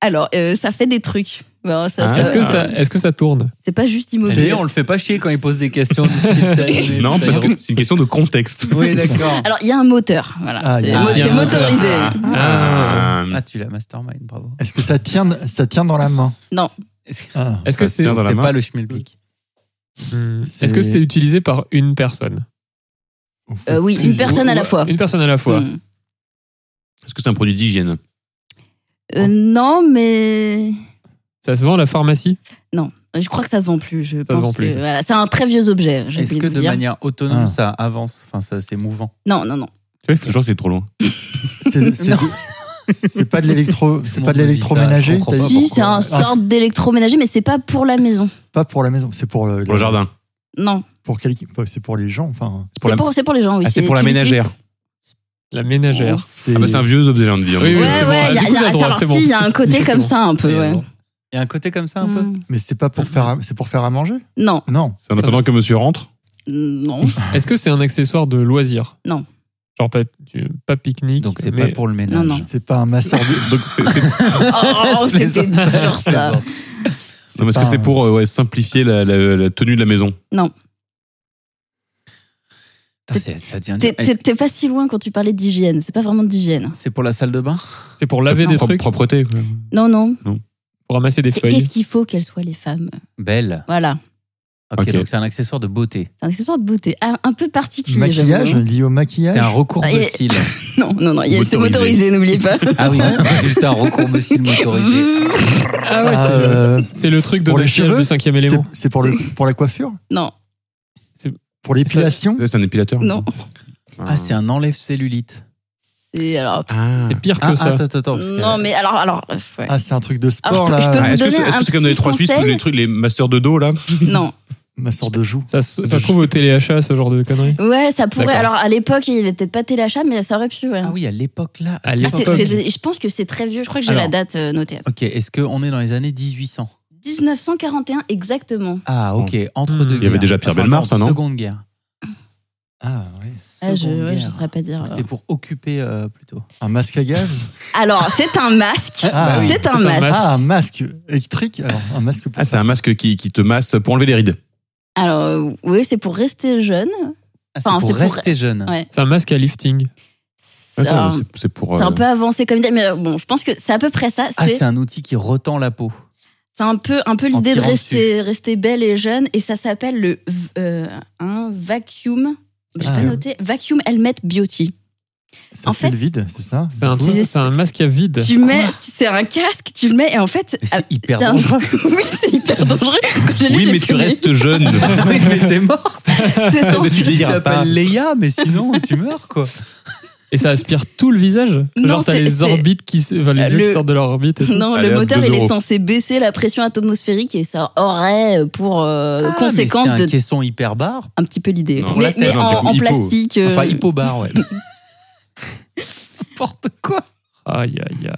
A: Alors, euh, ça fait des trucs. Bon, ça-
C: Hein,
A: ça-
B: Ah, Est-ce que, ça, est-ce que ça tourne
A: C'est pas juste
E: T'as vu,
A: immobilier.
E: on le fait pas chier quand il pose des questions du style ça, mais
C: Non,
E: ça,
C: parce
E: il
C: que c'est une question de contexte.
E: re- Oui, d'accord.
A: Alors, il y a un moteur. Voilà.
D: Ah, il
A: c'est
D: y a-
A: mo-
B: il y a
A: c'est
B: un moteur.
A: motorisé.
C: Ah.
E: Ah, tu l'as mastermind, bravo.
D: Est-ce que ça tient, ça tient dans la main
E: Est-ce
D: Ah.
B: Est-ce que
C: Ça
B: c'est
C: tient dans la
E: c'est
C: main.
E: pas le schmilblick
B: Hmm.
D: C'est-
B: Est-ce que c'est utilisé par une personne
A: Euh, oui, une personne à la fois.
B: Une personne à la fois.
A: Hmm.
C: Est-ce que c'est un produit d'hygiène
A: Euh, non, mais
B: Ça se vend à la pharmacie
A: je crois que ça se vend plus. Je
B: se
A: pense
B: vend plus.
A: que- voilà, c'est un très vieux objet. j'ai
E: Est-ce
A: oublié
E: que
A: de
E: de
A: vous dire.
E: manière autonome
D: Ah.
E: ça avance Enfin, ça c'est mouvant.
A: Non, non, non.
C: Tu vois, il faut genre que t'es trop loin.
D: C'est- c'est-
E: Non.
D: C'est pas de l'électro,
E: Tout
D: c'est
E: le
D: pas de
E: monde me dit ça, je
D: l'électroménager.
E: comprends
D: t'as
E: pas
D: dit Ah,
A: Si,
E: pourquoi. Ah.
A: c'est un sorte d'électroménager, mais c'est pas pour la maison.
D: Pas pour la maison, c'est pour euh,
C: Pour le
D: la-
C: jardin.
A: Non,
D: Pour quel- bah, c'est pour les gens. Enfin,
A: c'est pour,
C: la-
A: c'est pour les gens. Oui,
C: Ah, c'est pour la
A: tu
C: ménagère.
B: La ménagère.
D: c'est
C: Ah bah c'est un vieux objet, j'ai envie de dire.
B: Oui,
A: l'utilises.
B: oui, c'est
A: Ouais,
B: bon. Ah,
A: ouais. il y a-
B: du coup,
A: il y a-
B: t'as le droit,
A: alors
B: c'est
A: si,
B: bon.
A: il y a un côté comme ça un peu.
E: Et
A: ouais.
E: alors Il y a un côté comme ça un peu
A: Hmm.
D: mais c'est pas
E: Mm.
D: pour faire, à- c'est pour faire à manger.
A: Non,
D: Non.
C: C'est en attendant que monsieur rentre.
A: non.
B: Est-ce que c'est un accessoire de loisir
A: Non.
B: Genre pas, tu- pas pique-nique.
E: Donc c'est
B: mais-
E: pas pour le ménage.
A: Non, non.
D: C'est pas un masseur. de-
C: Donc c'est- c'est-
A: Oh, c'était dur ça.
C: non, mais est-ce
D: pas
C: que c'est
D: un-
C: pour euh, ouais, simplifier la, la- la tenue de la maison
E: Putain, c'est- ça devient
A: T'es-
E: dur. Est-ce
A: T'es
E: que
A: t'es pas si loin quand tu parlais d'hygiène. C'est pas vraiment d'hygiène.
E: C'est pour la salle de bain
B: C'est pour laver des
C: Pro-
B: trucs,
C: Propreté. quoi.
A: Non, non.
B: pour ramasser des feuilles.
A: Qu'est-ce qu'il faut qu'elles soient les femmes
E: Belle.
A: Voilà.
E: Ok,
C: Ok.
E: donc c'est un accessoire de beauté.
A: C'est un accessoire de beauté Ah, un peu particulier.
D: Maquillage
A: j'avoue.
D: lié au maquillage.
E: C'est un recours
A: Ah,
E: de
A: et-
E: cils.
A: Non, non, non. il y a- C'est motorisé,
C: Motorisé.
A: n'oubliez pas.
E: Ah oui, juste un recours de cils motorisé.
B: Ah ouais,
D: Ah,
B: c'est le-
D: euh,
B: c'est le, truc de
D: pour les
B: maquillage
D: cheveux,
B: du cinquième
D: c'est-
B: élément.
D: c'est pour le, pour la coiffure,
A: Non,
D: pour l'épilation.
C: C'est un épilateur
A: non.
E: Ah, c'est un enlève cellulite.
A: C'est alors.
C: Ah.
B: C'est pire que
E: Ah,
B: ça.
E: attends, attends, attends. parce que-
A: Non, mais alors, alors. euh, ouais.
D: Ah, c'est un truc de
A: Alors,
D: sport
A: je peux- je peux
D: là.
A: vous
C: Ah, est-ce que
A: donner
C: c'est est-ce
A: un
C: que c'est comme dans les
A: petit
C: trois Suisses, tous
A: conseil
C: les trucs, les masseurs de dos là
A: Non.
D: Masseur de joue.
B: Ça, se- ça se trouve au téléachat, ce genre de conneries.
A: Ouais, ça pourrait.
B: D'accord.
A: Alors à l'époque, il y avait peut-être pas Téléchat, mais ça aurait pu. ouais.
E: Ah oui, à l'époque
B: À
E: là. Ah,
A: Ah, c'est-
B: l'époque.
A: c'est- je pense que c'est très vieux. Je crois que j'ai
E: Alors.
A: la date euh, notée.
E: Ok, est-ce qu'on est dans les années 1800
A: 1941 exactement.
E: Ah, ok, entre
B: Hmm.
E: deux guerres.
B: Il y
C: avait déjà Pierre Bellemare, ça, non
E: Seconde guerre.
D: Ah ouais.
A: Ah, je,
E: Seconde
A: ouais, je
E: guerre.
A: saurais pas dire.
E: Donc, C'était pour occuper euh, plutôt.
D: Un masque à gaz.
A: Alors c'est un masque.
D: Ah, oui.
A: bah c'est un masque.
D: Ah, un masque électrique. Alors, un masque pour
C: Ah, c'est un masque qui, qui te masse pour enlever les rides.
A: Alors euh, oui, c'est pour rester jeune.
E: Ah, c'est
A: Enfin,
E: pour
A: c'est pour-
E: rester jeune.
A: Ouais.
B: C'est un masque à lifting.
A: C'est
C: Ah,
A: alors,
C: C'est c'est pour.
A: c'est
C: euh,
A: un peu avancé comme idée, mais euh, bon, je pense que c'est à peu près ça.
E: Ah,
A: C'est
E: c'est un outil qui retend la peau.
A: c'est un peu, un peu
E: En
A: l'idée de
E: tirant
A: rester, rester belle et jeune, et ça s'appelle le v- euh, un vacuum. J'ai
D: Ah.
A: pas noté. Vacuum helmet beauty.
D: Ça
A: En
D: fait
A: fait-
D: le vide, c'est ça
B: C'est un,
A: C'est-
B: c'est un masque à vide.
A: Tu mets, c'est un casque, tu le mets, et en fait,
E: Mais
A: ah,
E: C'est hyper
A: c'est un-
E: dangereux.
A: oui, c'est hyper dangereux. Quand j'ai lu,
C: Oui,
A: j'ai
C: mais tu
A: fait,
C: restes jeune.
E: oui, mais t'es mort.
A: C'est sans-
C: tu
E: Tu
C: vieilliras pas.
E: t'appelles Léa, mais sinon tu meurs quoi.
B: Et ça aspire tout le visage.
A: Non,
B: Genre, t'as
A: c'est-
B: les
A: c'est-
B: orbites qui, se- enfin, les yeux
A: Le-
B: qui sortent de leur orbite et tout.
A: Non,
C: Allez,
A: le
C: hop,
A: moteur,
C: deux
A: il est
C: euros.
A: censé baisser la pression atmosphérique et ça aurait pour euh,
E: Ah, mais
A: conséquence
E: C'est
A: de
E: un caisson hyper barre.
A: un petit peu l'idée.
C: Non,
A: Mais,
E: la terre,
A: mais
C: non,
A: en,
C: du coup,
A: en
C: hypo.
A: plastique. euh,
E: Enfin, hypobar, ouais. N'importe quoi.
B: Aïe, aïe, aïe.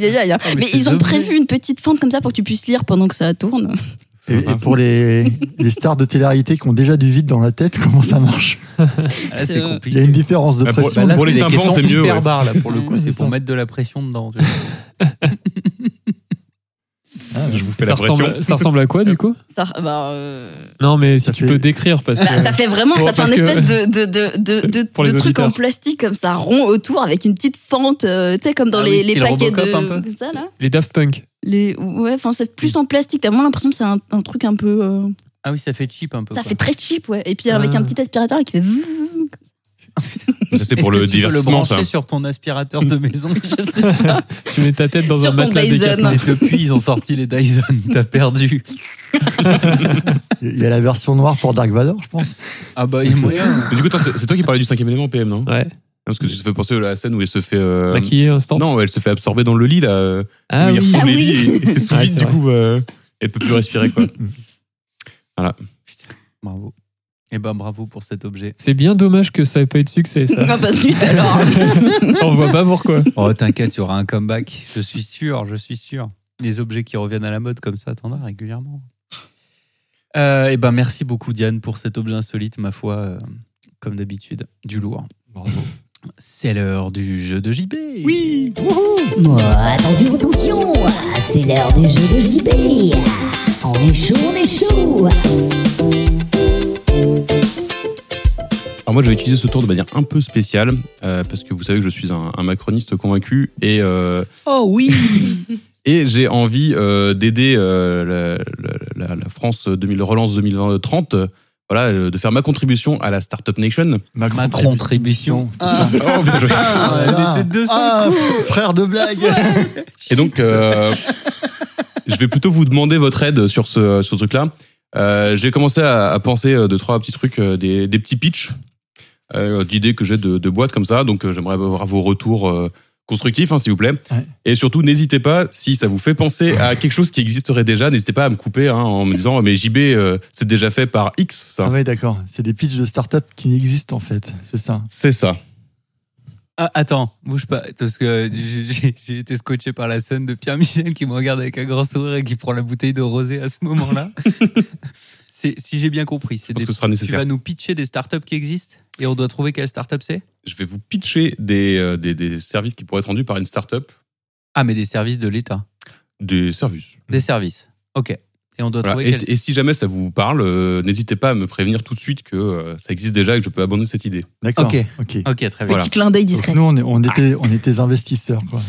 A: aïe, aïe, aïe, hein.
E: Ah, mais
A: mais
E: ces
A: ils ont
E: objets.
A: prévu une petite fente comme ça pour que tu puisses lire pendant que ça tourne.
D: Et, et pour les, les stars de télé-réalité qui ont déjà du vide dans la tête, comment ça marche
E: Ah, Là,
A: C'est
E: c'est
A: vrai.
D: Il y a une
E: compliqué.
D: différence de
C: Bah,
D: pression.
E: Bah, là,
C: Pour
E: c'est
C: les
E: des
C: tympans,
E: caissons
C: c'est mieux,
E: Hyper
C: ouais.
E: barre, là, pour le coup,
A: Ouais,
E: c'est
D: c'est
E: pour
D: ça.
E: mettre de la pression dedans. tu vois.
D: Ah,
C: je vous fais
B: ça
C: la pression.
B: ressemble, ça ressemble à quoi du coup
A: Ça, bah, euh,
B: Non, mais si
D: Ça
B: tu
D: fait-
B: peux décrire parce que.
A: bah, ça fait vraiment,
B: Bon,
A: ça fait
B: parce
A: un
B: que-
A: espèce de, de, de, de, de-
B: Pour les
A: de truc en
B: auditeurs.
A: plastique comme ça, rond autour, avec une petite fente, euh, tu sais, comme dans
E: Ah
A: les,
E: oui,
A: les
E: style
A: paquets de.
E: Robocop un peu.
A: comme ça, là.
B: Les Daft Punk.
A: Les, ouais, enfin, c'est plus en plastique. T'as vraiment l'impression que c'est un, un truc un peu. euh,
E: Ah oui, ça fait cheap un peu.
A: ça
E: quoi.
A: fait très cheap, ouais. Et puis avec
B: Ah.
A: un petit aspirateur là, qui fait.
C: Ça, c'est pour
E: Est-ce que
C: le
E: tu peux
C: divertissement,
E: brancher
C: ça.
E: sur ton aspirateur de maison. Je sais pas.
B: Tu mets ta tête dans
A: Sur
B: un
A: ton
B: matelas
A: Dyson.
B: Decathlon.
E: Et depuis, ils ont sorti les Dyson. T'as perdu.
D: Il y a la version noire pour Dark Vador, je pense.
E: Ah bah, il y a moyen.
C: Mais du coup, attends, c'est c'est toi qui parlais du cinquième élément, PM, non
B: Ouais.
C: Parce que tu te fais penser à la scène où elle se fait. euh,
B: Maquillé instant.
C: Non, elle se fait absorber dans le lit, là. euh,
B: Ah
C: où ils
B: oui.
C: refont
A: Ah
C: les
A: oui.
C: lits et- et c'est sous
B: Ouais,
C: vide,
B: c'est
C: du
B: vrai.
C: coup, euh, elle peut plus respirer, quoi.
E: Bravo. Eh ben, bravo pour cet objet.
B: C'est bien dommage que ça ait pas eu de succès, ça.
A: Ah bah zut alors
B: On voit pas pourquoi.
E: Oh, t'inquiète, il y aura un comeback. Je suis sûr, je suis sûr. Les objets qui reviennent à la mode comme ça, t'en as régulièrement. Euh, eh ben, merci beaucoup, Diane, pour cet objet insolite, ma foi, euh, comme d'habitude, du lourd.
D: Bravo.
E: C'est l'heure du jeu de JB.
D: Oui
K: Moi, attention, attention, c'est l'heure du jeu de JB. On est chaud, on est chaud.
C: Alors moi, je vais utiliser ce tour de manière un peu spéciale, euh, parce que vous savez que je suis un, un macroniste convaincu, et, euh,
E: Oh oui
C: et j'ai envie euh, d'aider euh, la, la- la France 2000, relance 2030, euh, voilà, euh, de faire ma contribution à la Startup Nation.
E: Ma contribution. Ah,
C: Oh,
D: Ah,
E: elle était deux sur le coup.
D: frère de blague
C: Et donc, euh, je vais plutôt vous demander votre aide sur ce, sur ce truc-là. Euh, j'ai commencé à, à penser euh, deux, trois petits trucs, euh, des, des petits pitchs, euh, d'idées que j'ai de, de boîtes comme ça. Donc, euh, j'aimerais avoir vos retours euh, constructifs, hein, s'il vous plaît.
D: Ouais.
C: Et surtout, n'hésitez pas, si ça vous fait penser à quelque chose qui existerait déjà, n'hésitez pas à me couper hein, en me disant, mais JB, euh, c'est déjà fait par X,
D: Ah
C: ça.
D: ouais, d'accord. C'est des pitchs de start-up qui n'existent en fait. C'est ça.
C: C'est ça.
E: Ah, attends, bouge pas, parce que j'ai- j'ai j'ai été scotché par la scène de Pierre Michel qui me regarde avec un grand sourire et qui prend la bouteille de rosé à ce moment-là. C'est- si j'ai bien compris, c'est
C: pense
E: des-
C: que ce sera
E: tu
C: nécessaire.
E: vas nous pitcher des startups qui existent et on doit trouver quelle startup c'est
C: Je vais vous pitcher des, euh, des, des services qui pourraient être rendus par une startup,
E: Ah, mais des services de l'État.
C: des services.
E: Des services. Ok. Et on doit
C: Mm. Voilà.
E: trouver
C: Et,
E: quelle-
C: si- et si jamais ça vous parle, euh, n'hésitez pas à me prévenir tout de suite que euh, ça existe déjà et que je peux abandonner cette idée.
D: D'accord.
E: Ok.
D: Ok.
E: Ok, très bien.
A: Petit clin d'œil discret.
D: Donc nous, on, est- on était, on était investisseurs. Quoi.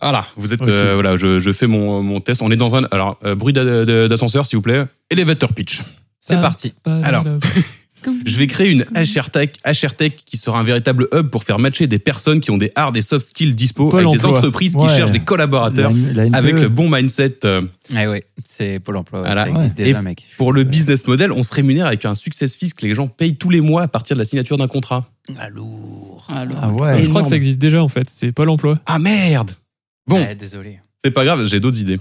C: Voilà, vous êtes
D: Ok.
C: euh, voilà, je, je fais mon, mon test. On est dans un alors euh, bruit d'a- d'a- d'ascenseur s'il vous plaît. Elevator pitch.
E: C'est parti.
C: Alors. Je vais créer une HR Tech, HR Tech qui sera un véritable hub pour faire matcher des personnes qui ont des hard et soft skills dispo
B: Pôle
C: avec des
B: emploi.
C: entreprises qui
D: Ouais.
C: cherchent des collaborateurs
D: La- E. la
C: avec
D: NPE,
C: le bon mindset. euh,
E: Ah ouais, c'est Pôle emploi. ouais,
C: Voilà.
E: Ça existe
C: Ouais.
E: déjà,
C: Et
E: mec.
C: Pour le
E: Euh,
C: business model, on se rémunère avec un success fee que les gens payent tous les mois à partir de la signature d'un contrat.
E: Ah, lourd.
A: Alors.
D: Ah ouais.
B: Je crois que ça existe déjà en fait. C'est Pôle emploi.
C: Ah merde. Bon,
E: Ouais, désolé.
C: c'est pas grave, j'ai d'autres idées.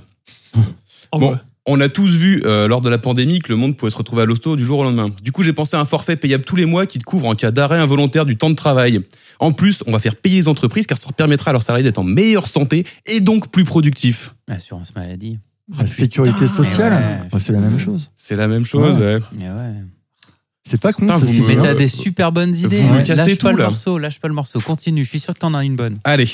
C: Bon, on a tous vu euh, lors de la pandémie que le monde pouvait se retrouver à l'hosto du jour au lendemain. Du coup, j'ai pensé à un forfait payable tous les mois qui te couvre en cas d'arrêt involontaire du temps de travail. En plus, on va faire payer les entreprises car ça permettra à leurs salariés d'être en meilleure santé et donc plus productifs.
E: Assurance maladie.
D: Ah, La sécurité sociale,
E: ouais.
D: bah, c'est la même chose.
C: C'est la même chose. ouais.
E: Mais Eh ouais.
D: C'est pas con.
C: Putain,
D: ça,
C: vous
D: c'est-
C: me-
E: Mais
C: Euh,
E: t'as
C: euh,
E: des super bonnes idées.
C: me
E: Ouais.
C: cassez
E: lâche pas
C: tout,
E: le
C: là.
E: morceau, lâche pas le morceau. Continue, je suis sûr que t'en as une bonne.
C: Allez.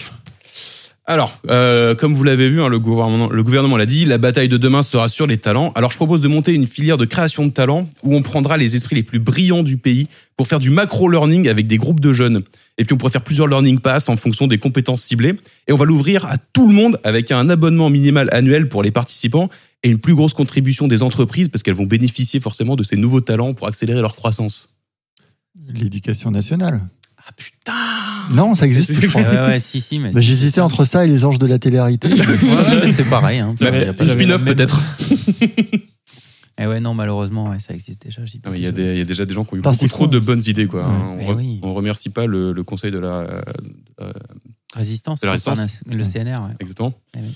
C: Alors, euh, comme vous l'avez vu, hein, le gouvernement le gouvernement l'a dit, la bataille de demain sera sur les talents. Alors, je propose de monter une filière de création de talents où on prendra les esprits les plus brillants du pays pour faire du macro-learning avec des groupes de jeunes. Et puis, on pourrait faire plusieurs learning pass en fonction des compétences ciblées. Et on va l'ouvrir à tout le monde avec un abonnement minimal annuel pour les participants et une plus grosse contribution des entreprises parce qu'elles vont bénéficier forcément de ces nouveaux talents pour accélérer leur croissance.
D: L'éducation nationale.
C: Ah putain
D: Non, ça existe. je crois.
E: Ouais, ouais, ouais, si, si, mais.
D: Bah, J'hésitais entre ça et les anges de la télé-réalité.
E: Ouais, ouais, mais c'est pareil. Hein.
C: La-
E: Il y a pas
C: une
E: de-
B: j'avais la
C: spin-off
B: même.
C: peut-être.
E: Eh ouais, non, malheureusement, ouais, ça existe déjà. j'y peux
C: Ah oui, Il y, a
E: désolé.
C: des- il y a déjà des gens qui ont eu
D: Putain,
C: beaucoup
D: c'est
C: trop
D: con.
C: de bonnes idées. Quoi. hein.
D: Ouais.
C: On
E: Mais
C: re-
E: oui.
C: on remercie pas le, le conseil de la... euh,
E: Résistance,
C: C'est la
E: contre
C: résistance.
E: un- le CNR. ouais.
C: exactement.
E: Ah oui.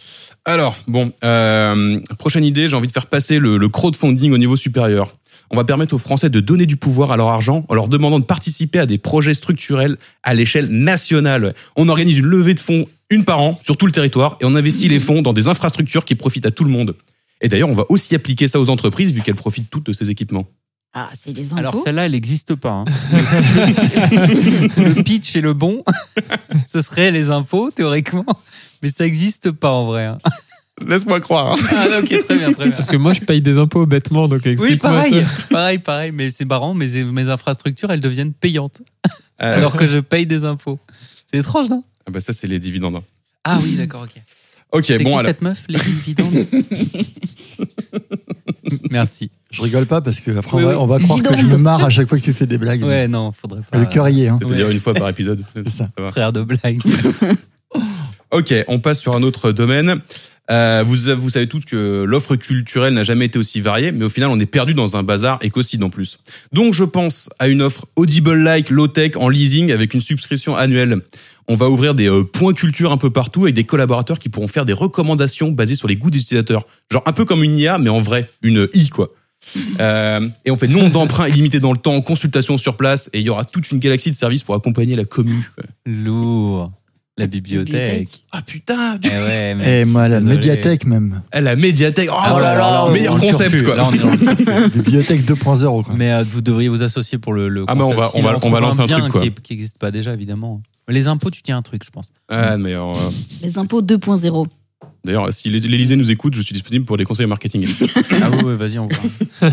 C: Alors, bon, euh, prochaine idée, j'ai envie de faire passer le, le crowdfunding au niveau supérieur. On va permettre aux Français de donner du pouvoir à leur argent en leur demandant de participer à des projets structurels à l'échelle nationale. On organise une levée de fonds une par an sur tout le territoire et on investit les fonds dans des infrastructures qui profitent à tout le monde. Et d'ailleurs, on va aussi appliquer ça aux entreprises vu qu'elles profitent toutes de ces équipements.
A: Ah, c'est les
E: Alors
A: impôts.
E: celle-là, elle n'existe pas. hein. le pitch est le bon. Ce serait les impôts, théoriquement. Mais ça n'existe pas en vrai. hein.
C: Laisse-moi croire.
E: Ah, ok, très bien, très bien.
B: Parce que moi, je paye des impôts bêtement, donc explique-moi
E: Oui, pareil,
B: ça.
E: pareil, pareil. Mais c'est marrant, mes, mes infrastructures, elles deviennent payantes alors que je paye des impôts. C'est étrange, non
C: Euh, Ah bah ça, c'est les dividendes.
E: Ah oui, d'accord, ok.
C: Ok,
E: c'est
C: bon,
E: qui
C: alors.
E: cette meuf, les dividendes Merci.
D: Je rigole pas parce que après,
E: Oui,
D: on, va,
E: oui.
D: on va croire que je me marre à chaque fois que tu fais des blagues.
E: Ouais, Ah. non, faudrait pas.
D: Le cœur y est, hein.
C: C'est-à-dire une fois par épisode.
D: C'est ça.
C: Ça va.
E: Frère de blague.
C: Ok, on passe sur un autre domaine. Euh, vous, vous savez toutes que l'offre culturelle n'a jamais été aussi variée, mais au final, on est perdu dans un bazar écocide en plus. Donc, je pense à une offre Audible-like, low-tech, en leasing, avec une subscription annuelle. On va ouvrir des euh, points culture un peu partout avec des collaborateurs qui pourront faire des recommandations basées sur les goûts des utilisateurs. Genre un peu comme une IA, mais en vrai, une I, quoi. Euh, et on fait nombre d'emprunts illimités dans le temps, consultation sur place, et il y aura toute une galaxie de services pour accompagner la commu.
E: Lourd. La bibliothèque.
C: Ah putain
E: Eh ouais, mais.
D: Et moi, la
E: Désolé.
D: médiathèque même.
C: Ah, La médiathèque. Oh,
E: Ah,
C: là là,
E: on est
C: meilleur
E: dans le
C: concept
E: turfu.
C: quoi.
E: Là, on est dans le turfu.
D: Bibliothèque 2.0, quoi.
E: Mais euh, vous devriez vous associer pour le. le
C: Ah, mais on va-
E: concept.
C: on va-
E: Si
C: on va
E: trouve
C: lancer un
E: bien
C: truc, quoi.
E: Qui qui existe pas déjà, évidemment. Les impôts, tu tiens un truc, je pense.
C: Ah, mais, euh,
A: Les impôts 2.0.
C: D'ailleurs, si l'É- l'Élysée nous écoute, je suis disponible pour des conseils marketing.
E: Ah oui, oui, vas-y, on voit.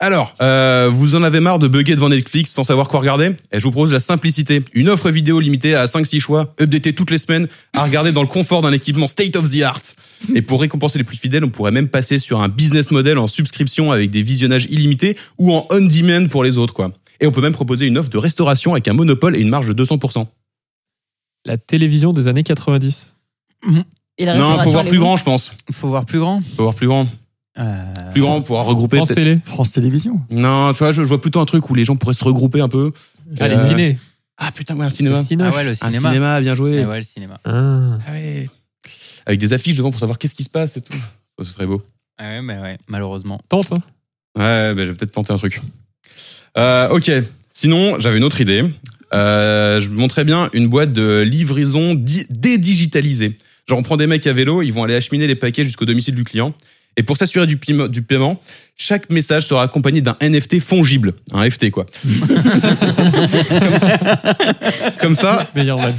C: Alors, euh, vous en avez marre de bugger devant Netflix sans savoir quoi regarder Et je vous propose la simplicité. Une offre vidéo limitée à 5-6 choix, updatée toutes les semaines, à regarder dans le confort d'un équipement state of the art. Et pour récompenser les plus fidèles, on pourrait même passer sur un business model en subscription avec des visionnages illimités ou en on-demand pour les autres, quoi. Et on peut même proposer une offre de restauration avec un monopole et une marge de 200%.
B: La télévision des années 90.
A: Et la
C: Non, faut
A: restauration,
C: voir
A: elle est
C: plus
A: où
C: grand, je pense.
E: Faut voir plus grand.
C: Faut voir plus grand.
E: Euh,
C: Plus grand pour regrouper.
B: France
C: peut-être-
B: Télé.
D: France Télévisions.
C: Non, tu vois, je, je vois plutôt un truc où les gens pourraient se regrouper un peu.
B: Ah, les
C: Euh,
B: ciné.
C: Ah putain, ouais, un
B: Les
C: cinéma.
B: ciné.
E: Ah ouais, le
C: Un
E: cinéma.
C: cinéma, bien joué.
E: Ah ouais, le cinéma.
B: Ah.
C: Ah ouais. Avec des affiches devant pour savoir qu'est-ce qui se passe et tout. Oh, ce serait beau.
E: Ah ouais, mais ouais, malheureusement.
B: Tente. hein.
C: Ouais, mais je vais peut-être tenter un truc. Euh, ok. Sinon, j'avais une autre idée. Euh, je montrais bien une boîte de livraison di- dédigitalisée. Genre, on prend des mecs à vélo, ils vont aller acheminer les paquets jusqu'au domicile du client. Et pour s'assurer du, pime- du paiement, chaque message sera accompagné d'un NFT fongible. Un FT, quoi. Comme ça,
B: Meilleur man.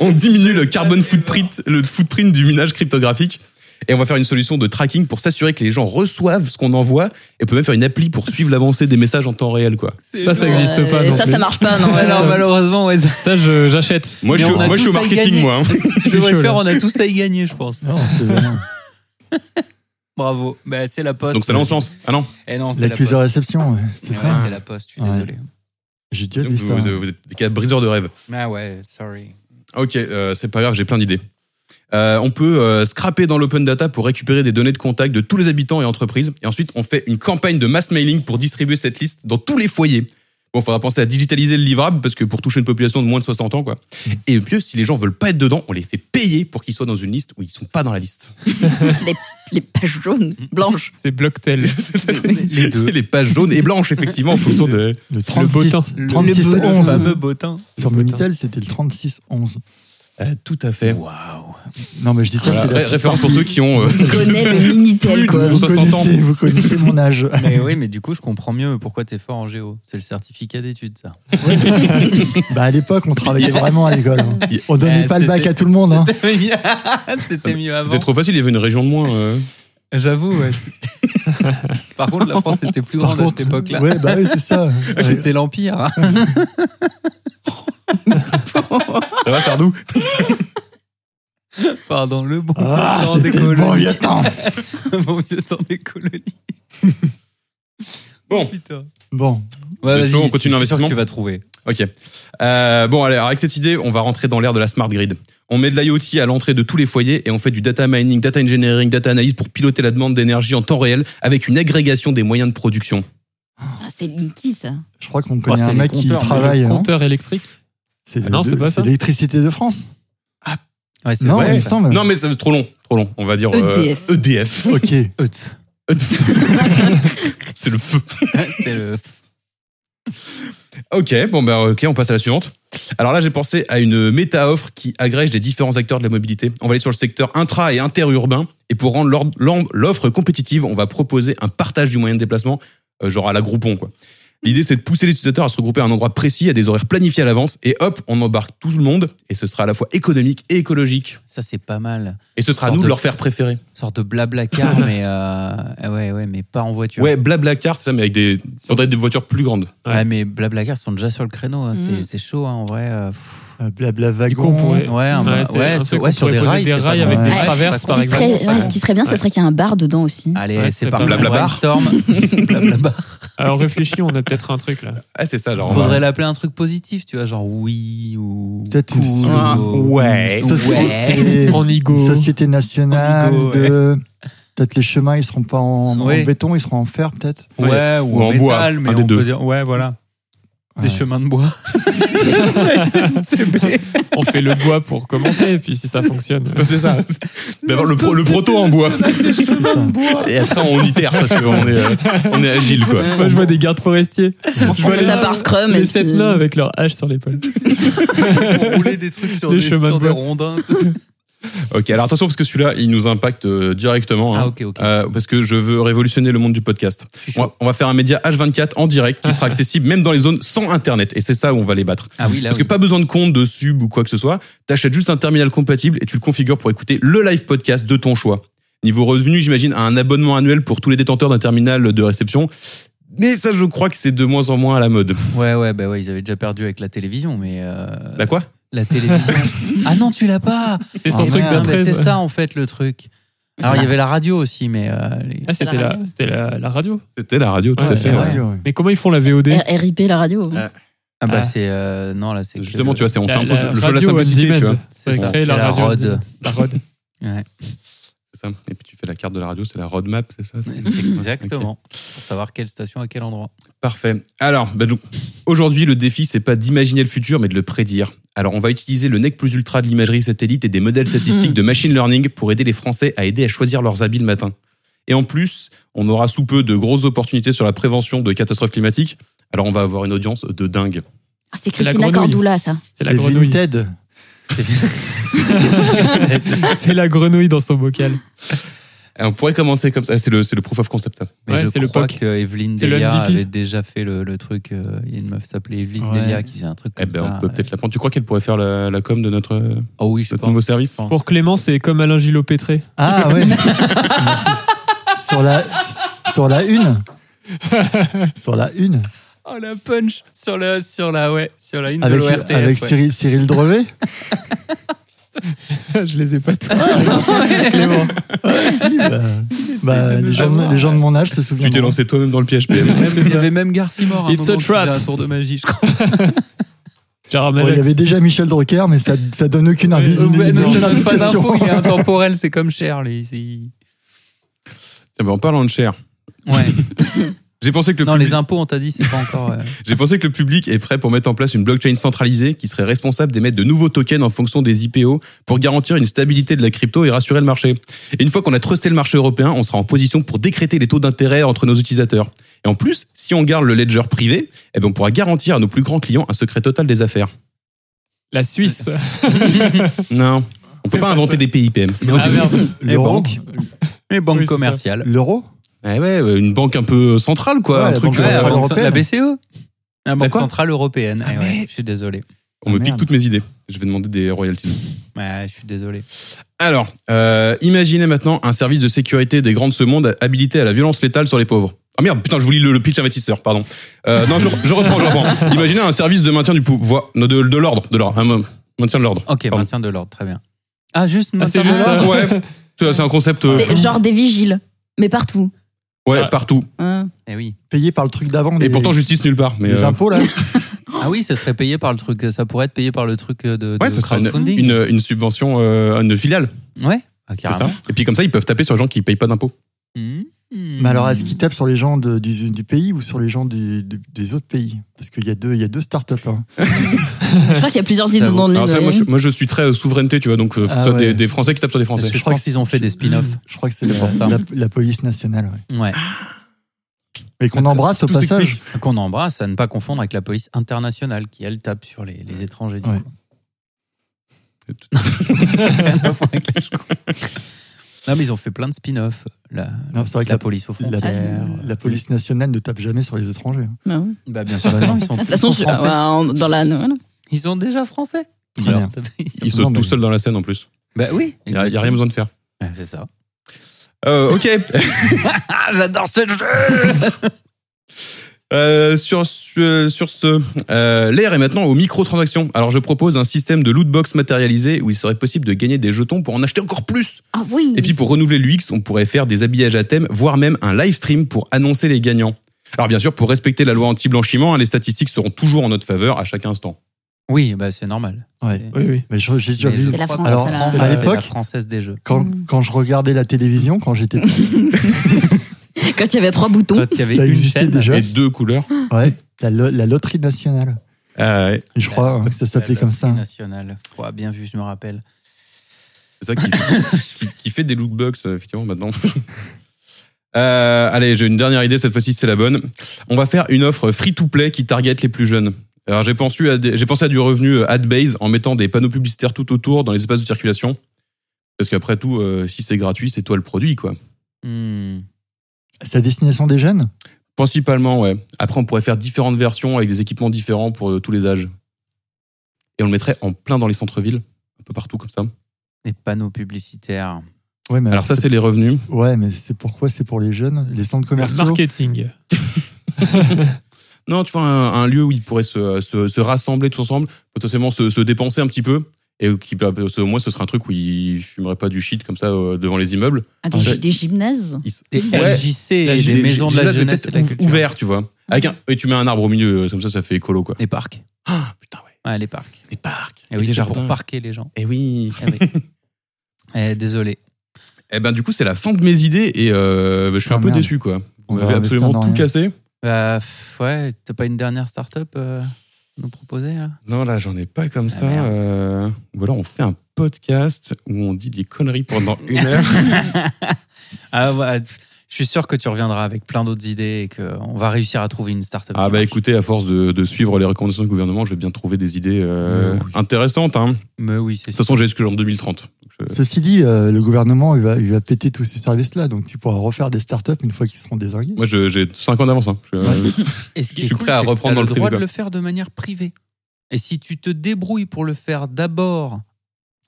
C: on diminue le carbone footprint, le footprint du minage cryptographique. Et on va faire une solution de tracking pour s'assurer que les gens reçoivent ce qu'on envoie. Et on peut même faire une appli pour suivre l'avancée des messages en temps réel, quoi.
B: Ça, ça existe
A: Euh,
B: pas. non
A: Ça,
B: plus.
A: ça marche pas, non.
E: Ah non,
B: Ouais.
E: malheureusement, ouais, ça-
B: Ça, je- j'achète.
C: Moi,
E: Mais
C: je suis,
E: on a
C: moi, je suis au
E: tous à y
C: marketing,
E: gagner.
C: moi. hein.
E: je devrais
B: chaud,
E: le faire,
B: là.
E: on a tous à y gagner, je pense.
D: Non, c'est vraiment
E: Bravo. Bah, c'est la poste.
C: Donc ça, là, on se lance. Ah non.
E: Eh non, c'est la poste.
D: l'accusé-réception, ouais. c'est
E: Eh
D: ça.
E: ouais, c'est la poste, je suis
D: Ouais.
E: désolé.
D: J'ai déjà
C: Vous,
D: vu ça. hein.
C: vous- vous êtes des cas briseurs de rêve.
E: Ah ouais, sorry.
C: Ok, euh, c'est pas grave, j'ai plein d'idées. Euh, on peut euh, scraper dans l'open data pour récupérer des données de contact de tous les habitants et entreprises. Et ensuite, on fait une campagne de mass mailing pour distribuer cette liste dans tous les foyers. Bon, faudra penser à digitaliser le livrable parce que pour toucher une population de moins de 60 ans, quoi. Et mieux, si les gens veulent pas être dedans, on les fait payer pour qu'ils soient dans une liste où ils sont pas dans la liste.
A: Les pages jaunes, blanches.
B: C'est Blocktel.
C: les, les pages jaunes et blanches, effectivement, en fonction de.
D: Le
B: beau
D: 36,
B: temps.
D: 36
E: le, beau- le
D: 11.
E: fameux botin.
D: Sur Minitel, c'était le 36 11.
C: euh, tout à fait.
E: Waouh.
D: Non, mais je dis ça, c'est la-
C: référence pour ceux qui ont. euh,
A: Tu connais le Minitel, quoi.
D: Vous
C: 60 ans.
D: connaissez, vous connaissez mon âge.
E: Mais oui, mais du coup, je comprends mieux pourquoi t'es fort en géo. C'est le certificat d'études, ça.
D: Bah, à l'époque, on travaillait vraiment à l'école. hein. On
E: Euh,
D: donnait pas le bac
E: c'était-
D: à tout le monde. hein.
E: C'était mieux- C'était mieux avant.
C: C'était trop facile, il y avait une région de moins. euh.
E: J'avoue, ouais. Par contre, la France était plus grande
D: Par
E: à
D: contre,
E: cette époque-là.
D: Ouais, bah oui, c'est ça. Ouais.
E: C'était l'Empire. hein.
C: Ça va, Sardou
E: Pardon, le bon
D: Ah,
E: temps des
D: c'était le bon
E: colonies.
D: vieux temps.
E: Bon vieux temps des colonies.
C: Bon.
E: Putain.
D: Bon,
E: Ouais,
C: C'est
E: vas-y,
C: chaud, on
E: je
C: continue
E: suis
C: l'investissement
E: sûr que Tu vas trouver.
C: Ok. Euh, bon, allez, alors avec cette idée, on va rentrer dans l'ère de la smart grid. On met de l'IoT à l'entrée de tous les foyers et on fait du data mining, data engineering, data analyse pour piloter la demande d'énergie en temps réel avec une agrégation des moyens de production.
A: Ah, c'est Linky, ça.
D: je crois qu'on connaît
E: c'est
D: un
E: les
D: mec qui
E: compteurs, mais
D: travaille. hein.
B: Compteur électrique.
D: C'est
B: Ah non,
D: le-
B: c'est pas ça.
D: l'électricité de France.
E: Ouais, c'est
D: Non,
E: vrai,
D: il me
E: ça.
D: semble.
C: Non, mais c'est trop long, trop long. On va dire euh,
A: EDF.
C: EDF.
D: Ok.
E: Eutf.
C: c'est le feu.
E: C'est le.
C: Ok, bon bah ok, on passe à la suivante. Alors là, j'ai pensé à une méta-offre qui agrège les différents acteurs de la mobilité. On va aller sur le secteur intra et interurbain. Et pour rendre l'ordre- l'en- l'offre compétitive, on va proposer un partage du moyen de déplacement, euh, genre à la Groupon, quoi. L'idée, c'est de pousser les utilisateurs à se regrouper à un endroit précis, à des horaires planifiés à l'avance, et hop, on embarque tout le monde, et ce sera à la fois économique et écologique.
E: Ça, c'est pas mal.
C: Et ce sera à
E: Sorte
C: nous de
E: de-
C: leur faire préférer.
E: Sorte de blabla car, mais, euh, ouais, ouais, mais pas en voiture.
C: Ouais, Blablacar, c'est ça, mais avec des. faudrait des voitures plus grandes.
E: Ouais, mais Blablacar sont déjà sur le créneau. hein. C'est-
A: Mhm.
E: C'est chaud, hein, en vrai. euh, pff.
D: Un Blabla
B: Du coup, on
D: wagon.
B: pourrait-
E: Ouais, un-
B: Ouais, c'est
E: ouais,
B: un
E: sur-
B: truc
E: ouais,
B: qu'on
E: sur des
B: pourrait poser
E: rails,
B: des
E: c'est pas
B: rails
E: mal.
B: avec des
A: Ouais.
B: traverses,
E: Ouais,
B: par
A: Ce qui
B: exemple.
A: serait- ouais, ce qui serait bien, ce
B: Ouais. Ah,
A: serait qu'il y ait un bar dedans aussi.
E: Allez,
B: Ouais,
E: c'est
B: c'est
E: parti.
B: pas mal.
E: Brainstorm. Blablabar.
B: Alors réfléchis, on a peut-être un truc là.
C: Ah, c'est ça, genre.
E: Faudrait l'appeler un truc positif, tu vois, genre oui ou.
D: Peut-être
E: cool,
D: une-
E: ou- euh,
D: Ouais. Société,
B: En
D: une
B: Igo.
D: société nationale
E: Amigo, ouais.
D: de. Peut-être les chemins, ils seront pas en, en
E: Ouais.
D: béton, ils seront en fer, peut-être.
E: Ouais, ou, en, bois. mais
C: un
E: on
C: des
E: peut
C: deux.
E: dire. Ouais, voilà. Des
D: Ouais.
E: chemins de bois.
B: On fait le bois pour commencer, et puis si ça fonctionne.
C: C'est ça. D'abord, le, pro- le proto en bois. Et après, on itère, parce qu'on est, euh, on est agile, quoi.
B: Moi, je vois des gardes forestiers. Je
A: On
B: vois
A: fait
B: les-
A: ça par Scrum. et
B: Les
A: puis-
B: sept nains avec leur hache sur l'épaule.
E: rouler des trucs sur
B: Des
E: des,
B: chemins
E: sur
B: de
E: des
B: bois.
E: rondins.
C: Ok, alors attention, parce que celui-là, il nous impacte euh, directement. hein.
E: Ah, ok, ok.
C: Euh, parce que je veux révolutionner le monde du podcast.
E: Je suis
C: On
E: chaud.
C: va, on va faire un média H24 en direct qui sera accessible même dans les zones sans internet. Et c'est ça où on va les battre.
E: Ah oui, là.
C: Parce que
E: oui.
C: pas besoin de compte, de sub ou quoi que ce soit. T'achètes juste un terminal compatible et tu le configures pour écouter le live podcast de ton choix. Niveau revenu, j'imagine un abonnement annuel pour tous les détenteurs d'un terminal de réception. Mais ça, je crois que c'est de moins en moins à la mode.
E: Ouais, ouais, bah ouais, ils avaient déjà perdu avec la télévision, mais. euh,
C: Bah quoi
E: La télévision. ah non, tu l'as pas
B: C'est son
E: Ah,
B: truc
E: merde,
B: d'après. euh,
E: mais C'est
B: ouais.
E: ça, en fait, le truc. Alors, il y avait la radio aussi, mais. euh, les-
B: Ah, c'était la, c'était la, la radio.
C: C'était la radio, tout
B: Ouais,
C: à fait.
D: La
E: ouais.
D: radio, ouais.
B: Mais comment ils font la VOD
G: Euh,
A: R- RIP la radio.
C: Ah,
E: Ah bah,
B: Ah.
E: c'est. euh, non, là, c'est. que
C: Justement,
E: le-
C: tu vois, c'est on
B: La-
C: t'impose
B: la
C: le jeu de la
B: radio on
C: simplicité,
B: demand.
C: tu vois.
E: C'est
B: Ouais,
E: ça,
B: créer
E: c'est
B: la
E: la
B: radio on
E: Rode.
B: demand. La Rode.
E: Ouais,
C: C'est ça. Et puis tu fais la carte de la radio, c'est la roadmap, c'est ça c'est-
E: c'est exactement. Pour savoir quelle station à quel endroit.
C: Parfait. Alors, ben donc, aujourd'hui, le défi, c'est pas d'imaginer le futur, mais de le prédire. Alors, on va utiliser le nec plus ultra de l'imagerie satellite et des modèles statistiques de machine learning pour aider les Français à aider à choisir leurs habits le matin. Et en plus, on aura sous peu de grosses opportunités sur la prévention de catastrophes climatiques. Alors, on va avoir une audience de dingue.
A: Ah, c'est
B: C'est la
A: Christina
B: grenouille.
A: Cordula, ça.
B: C'est la grenouille.
D: Vinted.
B: C'est la grenouille dans son bocal.
C: Et on pourrait commencer comme ça. Ah, C'est le, c'est le proof of concept. ça.
E: Mais
B: Ouais,
E: je
B: c'est le
E: crois
B: POC.
E: que Evelyne
B: C'est le
E: Delia
B: MVP.
E: avait déjà fait le, le truc. euh, Il y a une meuf s'appelait Evelyne
D: Ouais.
E: Delia qui faisait un truc
C: Eh
E: comme
C: ben,
E: ça.
C: on peut peut-être la prendre. Tu crois qu'elle pourrait faire la, la com de notre, euh, notre
E: Oh oui, je pense.
C: nouveau service
E: pense.
B: Pour Clément, c'est comme Alain Gillot Pétré.
D: Ah ouais. Merci. Sur la sur la une. Sur la une.
E: Oh la punch sur la sur la ouais sur la une
D: Avec,
E: de l'ORTF.
D: avec
E: ouais.
D: Cyril, Cyril Drevet.
B: Je les ai pas tous.
D: Clément. Ouais, si, bah, bah, les, gens, de- les gens de mon âge se souviennent.
C: Tu t'es lancé toi-même dans le piège, PM.
E: Il y avait même Garcimore. à un
B: It's
E: moment
B: a
E: qui faisait
B: trap.
E: Un tour de magie. Je crois.
B: Gérard
D: Bon, il
B: Malek.
D: y avait déjà Michel Drucker, mais ça, ça donne aucune envie.
E: Euh, ouais, non, ça donne pas d'infos. Il est intemporel. C'est comme Cher. les- c'est-
C: Tiens, ben, en parlant de cher,
E: Ouais.
C: j'ai pensé que le
E: non,
C: public-
E: les impôts, on t'a dit, c'est pas encore. euh,
C: J'ai pensé que le public est prêt pour mettre en place une blockchain centralisée qui serait responsable d'émettre de nouveaux tokens en fonction des IPO pour garantir une stabilité de la crypto et rassurer le marché. Et une fois qu'on a trusté le marché européen, on sera en position pour décréter les taux d'intérêt entre nos utilisateurs. Et en plus, si on garde le ledger privé, eh ben on pourra garantir à nos plus grands clients un secret total des affaires.
B: La Suisse.
C: Non, on peut
B: C'est
C: pas
B: pas
C: inventer
B: ça.
C: des pays PM. c'est pas
B: Ah
C: possible.
B: merde.
E: Les
D: L'euro.
E: banques. Les banques
B: Oui, c'est ça.
E: commerciales.
D: L'euro.
C: Eh ouais, ouais, une banque un peu centrale quoi,
D: Ouais,
C: un
D: la
C: truc.
D: banque
E: Ouais,
C: euh,
E: la, E
D: centrale.
E: banque,
D: européenne.
E: la BCE. La Banque
C: quoi
E: Centrale Européenne. Eh ouais,
D: mais-
E: Je suis désolé.
C: on me
D: Ah,
C: pique
D: merde.
C: toutes mes idées. Je vais demander des royalties.
E: Ouais, je suis désolé.
C: Alors, euh, imaginez maintenant un service de sécurité des grands de ce monde habilité à la violence létale sur les pauvres. Ah merde, putain, je vous lis le, le pitch investisseur, pardon. Euh, non, je, je reprends, je reprends. Imaginez un service de maintien du pouvoir, de, de l'ordre, de l'ordre, un mo- maintien de l'ordre.
E: Ok,
C: Pardon.
E: maintien de l'ordre, très bien. Ah, juste
B: Ah, c'est
E: maintien de
B: juste
E: l'ordre.
B: ça.
C: Ouais, c'est c'est un concept euh,
A: C'est genre des vigiles, mais partout.
C: ouais
B: Ah.
C: partout.
A: hein.
E: Eh oui.
D: Payé par le truc d'avant.
C: Et
D: des-
C: pourtant justice nulle part. Mais
D: des
C: euh,
D: impôts là.
E: Ah oui, ça serait payé par le truc. Ça pourrait être payé par le truc de, de
C: ouais, ce sera une,
E: crowdfunding.
C: une, une subvention, euh, une filiale,
E: Ouais, ah,
C: c'est ça.
E: carrément.
C: Et puis comme ça, ils peuvent taper sur les gens qui payent pas d'impôts.
E: Mmh.
D: Mais alors, est-ce qu'ils tapent sur les gens de- du, du pays ou sur les gens du- du- des autres pays Parce qu'il y a deux, il y a deux startups. hein.
A: Je crois qu'il y a plusieurs idées
E: J'avoue.
A: dans le
C: Alors ça, moi, je, moi, je suis très euh, souveraineté, tu vois, donc euh,
D: Ah
C: soit des,
D: ouais.
C: des Français qui tapent sur des Français.
E: Parce que je Hmm.
D: crois
E: pense
D: que
E: qu'ils ont fait des spin-offs.
D: Je crois que c'est la,
E: pour ça.
D: la- la police nationale. ouais.
E: Ouais.
D: Mais qu'on embrasse au
C: Tout
D: passage.
E: Qu'on embrasse, à ne pas confondre avec la police internationale qui, elle, tape sur les, les étrangers. Du
D: Ouais.
E: coup. Non, mais ils ont fait plein de spin-offs. La,
D: Non, c'est vrai que
E: la
D: la-
E: police aux
D: La,
E: frontières.
D: la police nationale ne tape jamais sur les étrangers. hein.
A: Non.
E: Bah, bien sûr que non, ils sont
A: De toute façon,
E: ils sont
A: sur-
E: français.
A: euh, en- dans la. voilà.
E: Ils sont déjà français.
D: Très bien.
C: Ils
D: Non,
C: sautent
D: mais-
C: tout seuls dans la scène en plus.
E: Bah oui.
C: Il n'y a, y a rien besoin de faire.
E: Ouais, C'est ça.
C: Euh, ok.
E: Ah, j'adore ce jeu
C: Euh, sur ce, sur ce euh, l'air est maintenant aux microtransactions. Alors je propose un système de loot box matérialisé où il serait possible de gagner des jetons pour en acheter encore plus.
A: Ah oui.
C: Et puis pour renouveler l'UX, on pourrait faire des habillages à thème, voire même un live stream pour annoncer les gagnants. Alors bien sûr, pour respecter la loi anti-blanchiment, hein, les statistiques seront toujours en notre faveur à chaque instant.
E: Oui, bah c'est normal.
D: Ouais.
E: C'est-
B: Oui, oui.
D: Mais je- j'ai déjà
E: Mais
D: vu.
E: je
A: C'est la
E: crois
A: France,
E: que
D: Alors,
E: France
D: à
E: a fait la
D: l'époque-
E: française des jeux.
D: Quand,
A: Mm.
D: quand je regardais la télévision, quand j'étais petit,
A: Quand il y avait trois boutons.
E: Quand il y avait
D: ça
E: une
D: existait
E: chaîne.
D: déjà.
C: Et deux couleurs.
D: Ouais, la, lo- la loterie nationale.
C: Ah ouais,
D: Et je crois hein, que ça s'appelait
E: la
D: comme
E: loterie
D: ça.
E: Nationale. Ouais, bien vu, je me rappelle.
C: c'est ça qui, qui, qui fait des loot box euh, effectivement maintenant. Euh, allez, j'ai une dernière idée cette fois-ci, c'est la bonne. On va faire une offre free to play qui target les plus jeunes. Alors j'ai pensé à des- j'ai pensé à du revenu euh, ad base en mettant des panneaux publicitaires tout autour dans les espaces de circulation. Parce qu'après tout, euh, si c'est gratuit, c'est toi le produit, quoi.
E: Hmm.
D: C'est à destination des jeunes
C: Principalement, ouais. Après, on pourrait faire différentes versions avec des équipements différents pour euh, tous les âges. Et on le mettrait en plein dans les centres-villes, un peu partout comme ça.
E: Des panneaux publicitaires.
D: Ouais, mais
C: Alors ça, c'est les revenus.
D: Ouais, mais c'est pourquoi c'est pour les jeunes, les centres commerciaux.
B: Marketing.
C: Non, tu vois, un, un lieu où ils pourraient se, se, se rassembler tous ensemble, potentiellement se, se dépenser un petit peu. Et qui, peut- au moins, ce serait un truc où ils fumeraient pas du shit comme ça euh, devant les immeubles.
A: Ah, des,
C: Ouais.
A: des gymnases.
C: Ils-
E: Des
C: Ouais.
E: LJC et
B: La-
E: des,
C: Des-
E: maisons de la
C: gymnases
E: jeunesse et de la
C: peut-être
E: culture.
C: Ouvert, tu vois. Avec un, et tu mets un arbre au milieu, euh, comme ça, ça fait écolo, quoi.
E: Des parcs.
C: Ah, putain, ouais.
E: Ouais, les parcs.
C: Des parcs.
E: Et oui,
C: des
E: c'est
C: jardins.
E: pour parquer les gens.
C: Eh oui.
E: Eh oui. Eh, désolé.
C: Eh ben, du coup, c'est la fin de mes idées et euh, je suis
D: Ah,
C: un peu
D: merde.
C: déçu, quoi.
D: On
C: On
D: va
C: avait
D: ramener ça
C: absolument
D: dans
C: tout
D: rien.
C: cassé.
E: Bah, pff, ouais, t'as pas une dernière start-up euh, à nous proposer là
C: Non, là, j'en ai pas comme
E: Ah,
C: ça.
E: merde.
C: euh, Ou alors, on fait un podcast où on dit des conneries pendant une heure.
E: Ah, ouais, pff, je suis sûr que tu reviendras avec plein d'autres idées et qu'on va réussir à trouver une start-up.
C: Ah
E: qui
C: bah
E: marche.
C: écoutez, à force de, de suivre les recommandations du gouvernement, je vais bien trouver des idées euh,
E: Mais oui.
C: intéressantes. Hein. De
E: Mais oui, c'est
C: toute
E: sûr.
C: façon, j'ai jusque en 2030. Donc, je-
D: Ceci dit, euh, le gouvernement, il va, il va péter tous ces services-là, donc tu pourras refaire des startups une fois qu'ils seront désingués.
C: Moi, je- j'ai 5 ans d'avance. Hein. Je-
E: Et ce qui
C: Je
E: est
C: suis
E: cool,
C: prêt à
E: c'est que
C: reprendre
E: t'as
C: dans le
E: le droit
C: privé,
E: de le faire de manière privée. Et si tu te débrouilles pour le faire d'abord,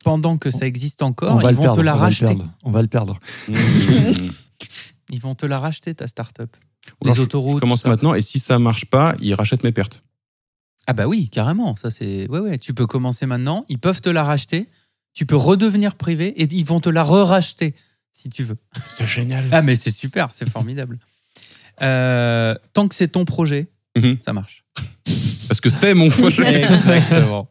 E: pendant que ça existe encore, ils vont te la
D: on va le
E: racheter.
D: perdre, on va le perdre.
C: Mmh.
E: Ils vont te la racheter ta start-up.
C: Ou alors,
E: Les
C: je-
E: autoroutes.
C: je commence
E: tout ça.
C: maintenant et si ça marche pas, ils rachètent mes pertes.
E: Ah bah oui, carrément. Ça c'est. Ouais ouais. Tu peux commencer maintenant. Ils peuvent te la racheter. Tu peux redevenir privé et ils vont te la re-racheter si tu veux.
C: C'est génial.
E: Ah mais c'est super, c'est formidable. Euh, tant que c'est ton projet,
C: Mhm.
E: ça marche.
C: Parce que c'est mon projet.
E: Exactement.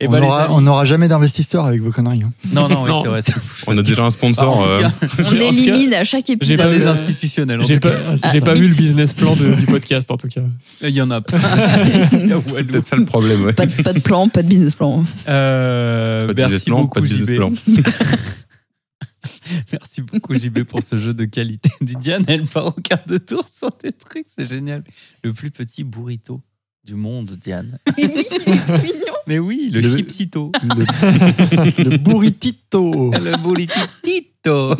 E: Et bah,
D: on aura- on n'aura jamais d'investisseurs avec vos conneries. hein.
E: Non non, oui,
B: Non.
E: c'est vrai. ça-
C: On a déjà un
E: Ah,
C: sponsor.
E: en tout
C: euh,
E: cas,
A: On
B: J'ai- en tout cas,
A: élimine à chaque
B: j'ai pas
A: épisode.
E: pas des
B: euh,
E: institutionnels. en
B: J'ai
E: tout cas.
B: pas, j'ai pas
A: Ah,
B: vu le
A: mythique.
B: business plan de- du podcast en tout cas.
E: Il y en a pas.
C: c'est peut-être ça le problème. Ouais.
A: Pas de, pas de plan, pas de business plan.
E: Euh,
C: Pas de business
E: merci
C: plan,
E: beaucoup
C: pas de business
E: JB.
C: plan.
E: Merci beaucoup JB pour ce jeu de qualité. Diane, elle part au quart de tour sur des trucs, c'est génial. Le plus petit burrito du monde, Diane. Mais oui, le,
D: Le-
E: chipsito.
D: Le, le burritito.
E: Le burritito.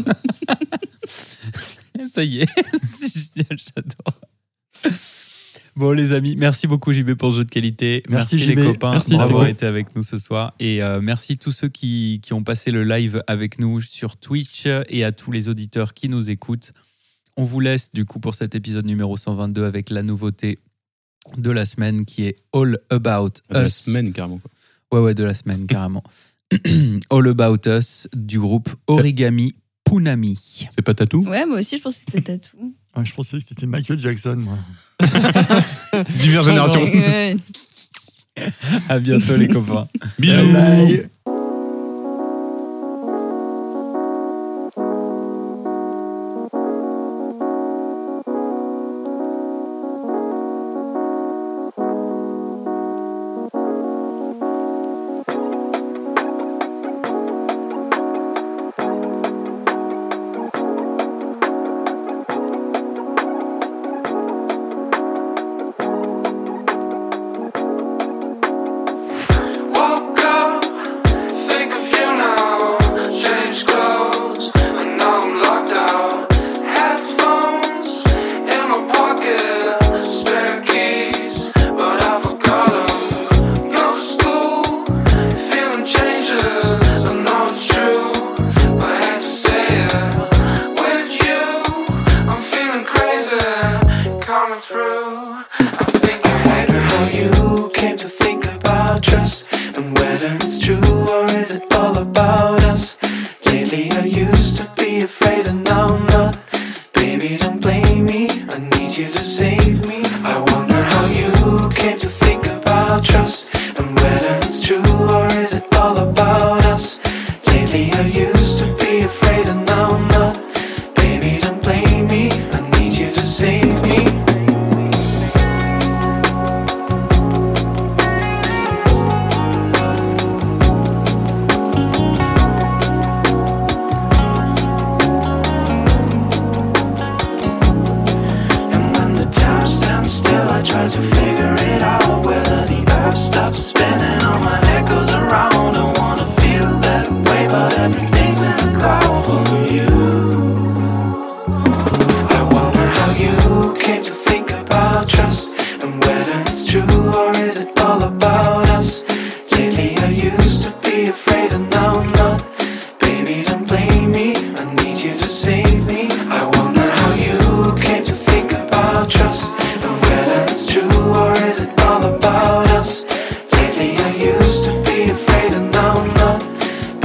E: Ça y est, c'est génial, j'adore. Bon les amis, merci beaucoup JB pour ce jeu de qualité.
D: Merci,
E: les
D: JB.
E: copains
D: Merci,
E: d'avoir
D: bravo.
E: été avec nous ce soir. Et euh, merci tous ceux qui, qui ont passé le live avec nous sur Twitch et à tous les auditeurs qui nous écoutent. On vous laisse du coup pour cet épisode numéro 122 avec la nouveauté de la semaine qui est All About
C: De la
E: Us.
C: semaine, carrément. quoi.
E: Ouais, ouais, de la semaine, carrément. All About Us du groupe Origami Punami.
C: C'est pas tatou
A: Ouais, moi aussi, je pense que c'était tatou.
D: Ouais, Ah, je pensais que c'était Michael Jackson. Moi.
C: Divers
E: Bah,
C: génération.
A: Ouais.
E: À bientôt, les copains.
C: Bisous.
D: Bye.
G: Walk up, is it all about us? Lately I used to be afraid and now I'm not. Baby, don't blame me. I need you to save me. I wonder how you came to think about trust and whether it's true or is it all about us? Lately I used to be afraid and now I'm not. Baby, don't blame me. I need you to save me. the time stands still. I try to figure it out. Whether the earth stops spinning, all my echoes around. I wanna feel that way, but everything's in a cloud full of you. I wonder how you came to think about trust and whether it's true or is it all about us. Lately, I used to be afraid, and now I'm not. Baby, don't blame me. I need you to save me. I wonder how you came to think about trust and whether it's true or is it all about us. Lately, I used to be afraid, and now I'm not.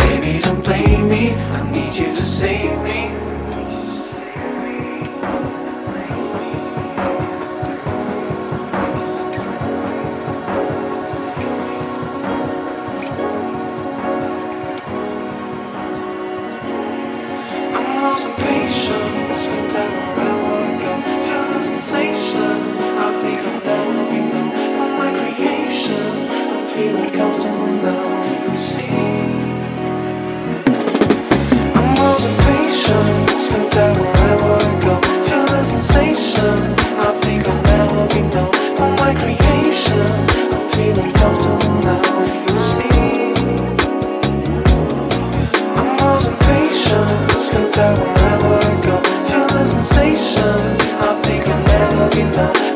G: Baby, don't blame me. I need you to save me. I'm losing patience with that wherever I go. Feel the sensation. I think I'll never be known for my creation. I'm feeling comfortable now. You see. I'm losing patience with that wherever I go. Feel the sensation. I think I'll never be known for my creation. I'm feeling comfortable now. You see. I'm losing patience, can tell wherever I go. Feel the sensation, I think I'll never be known.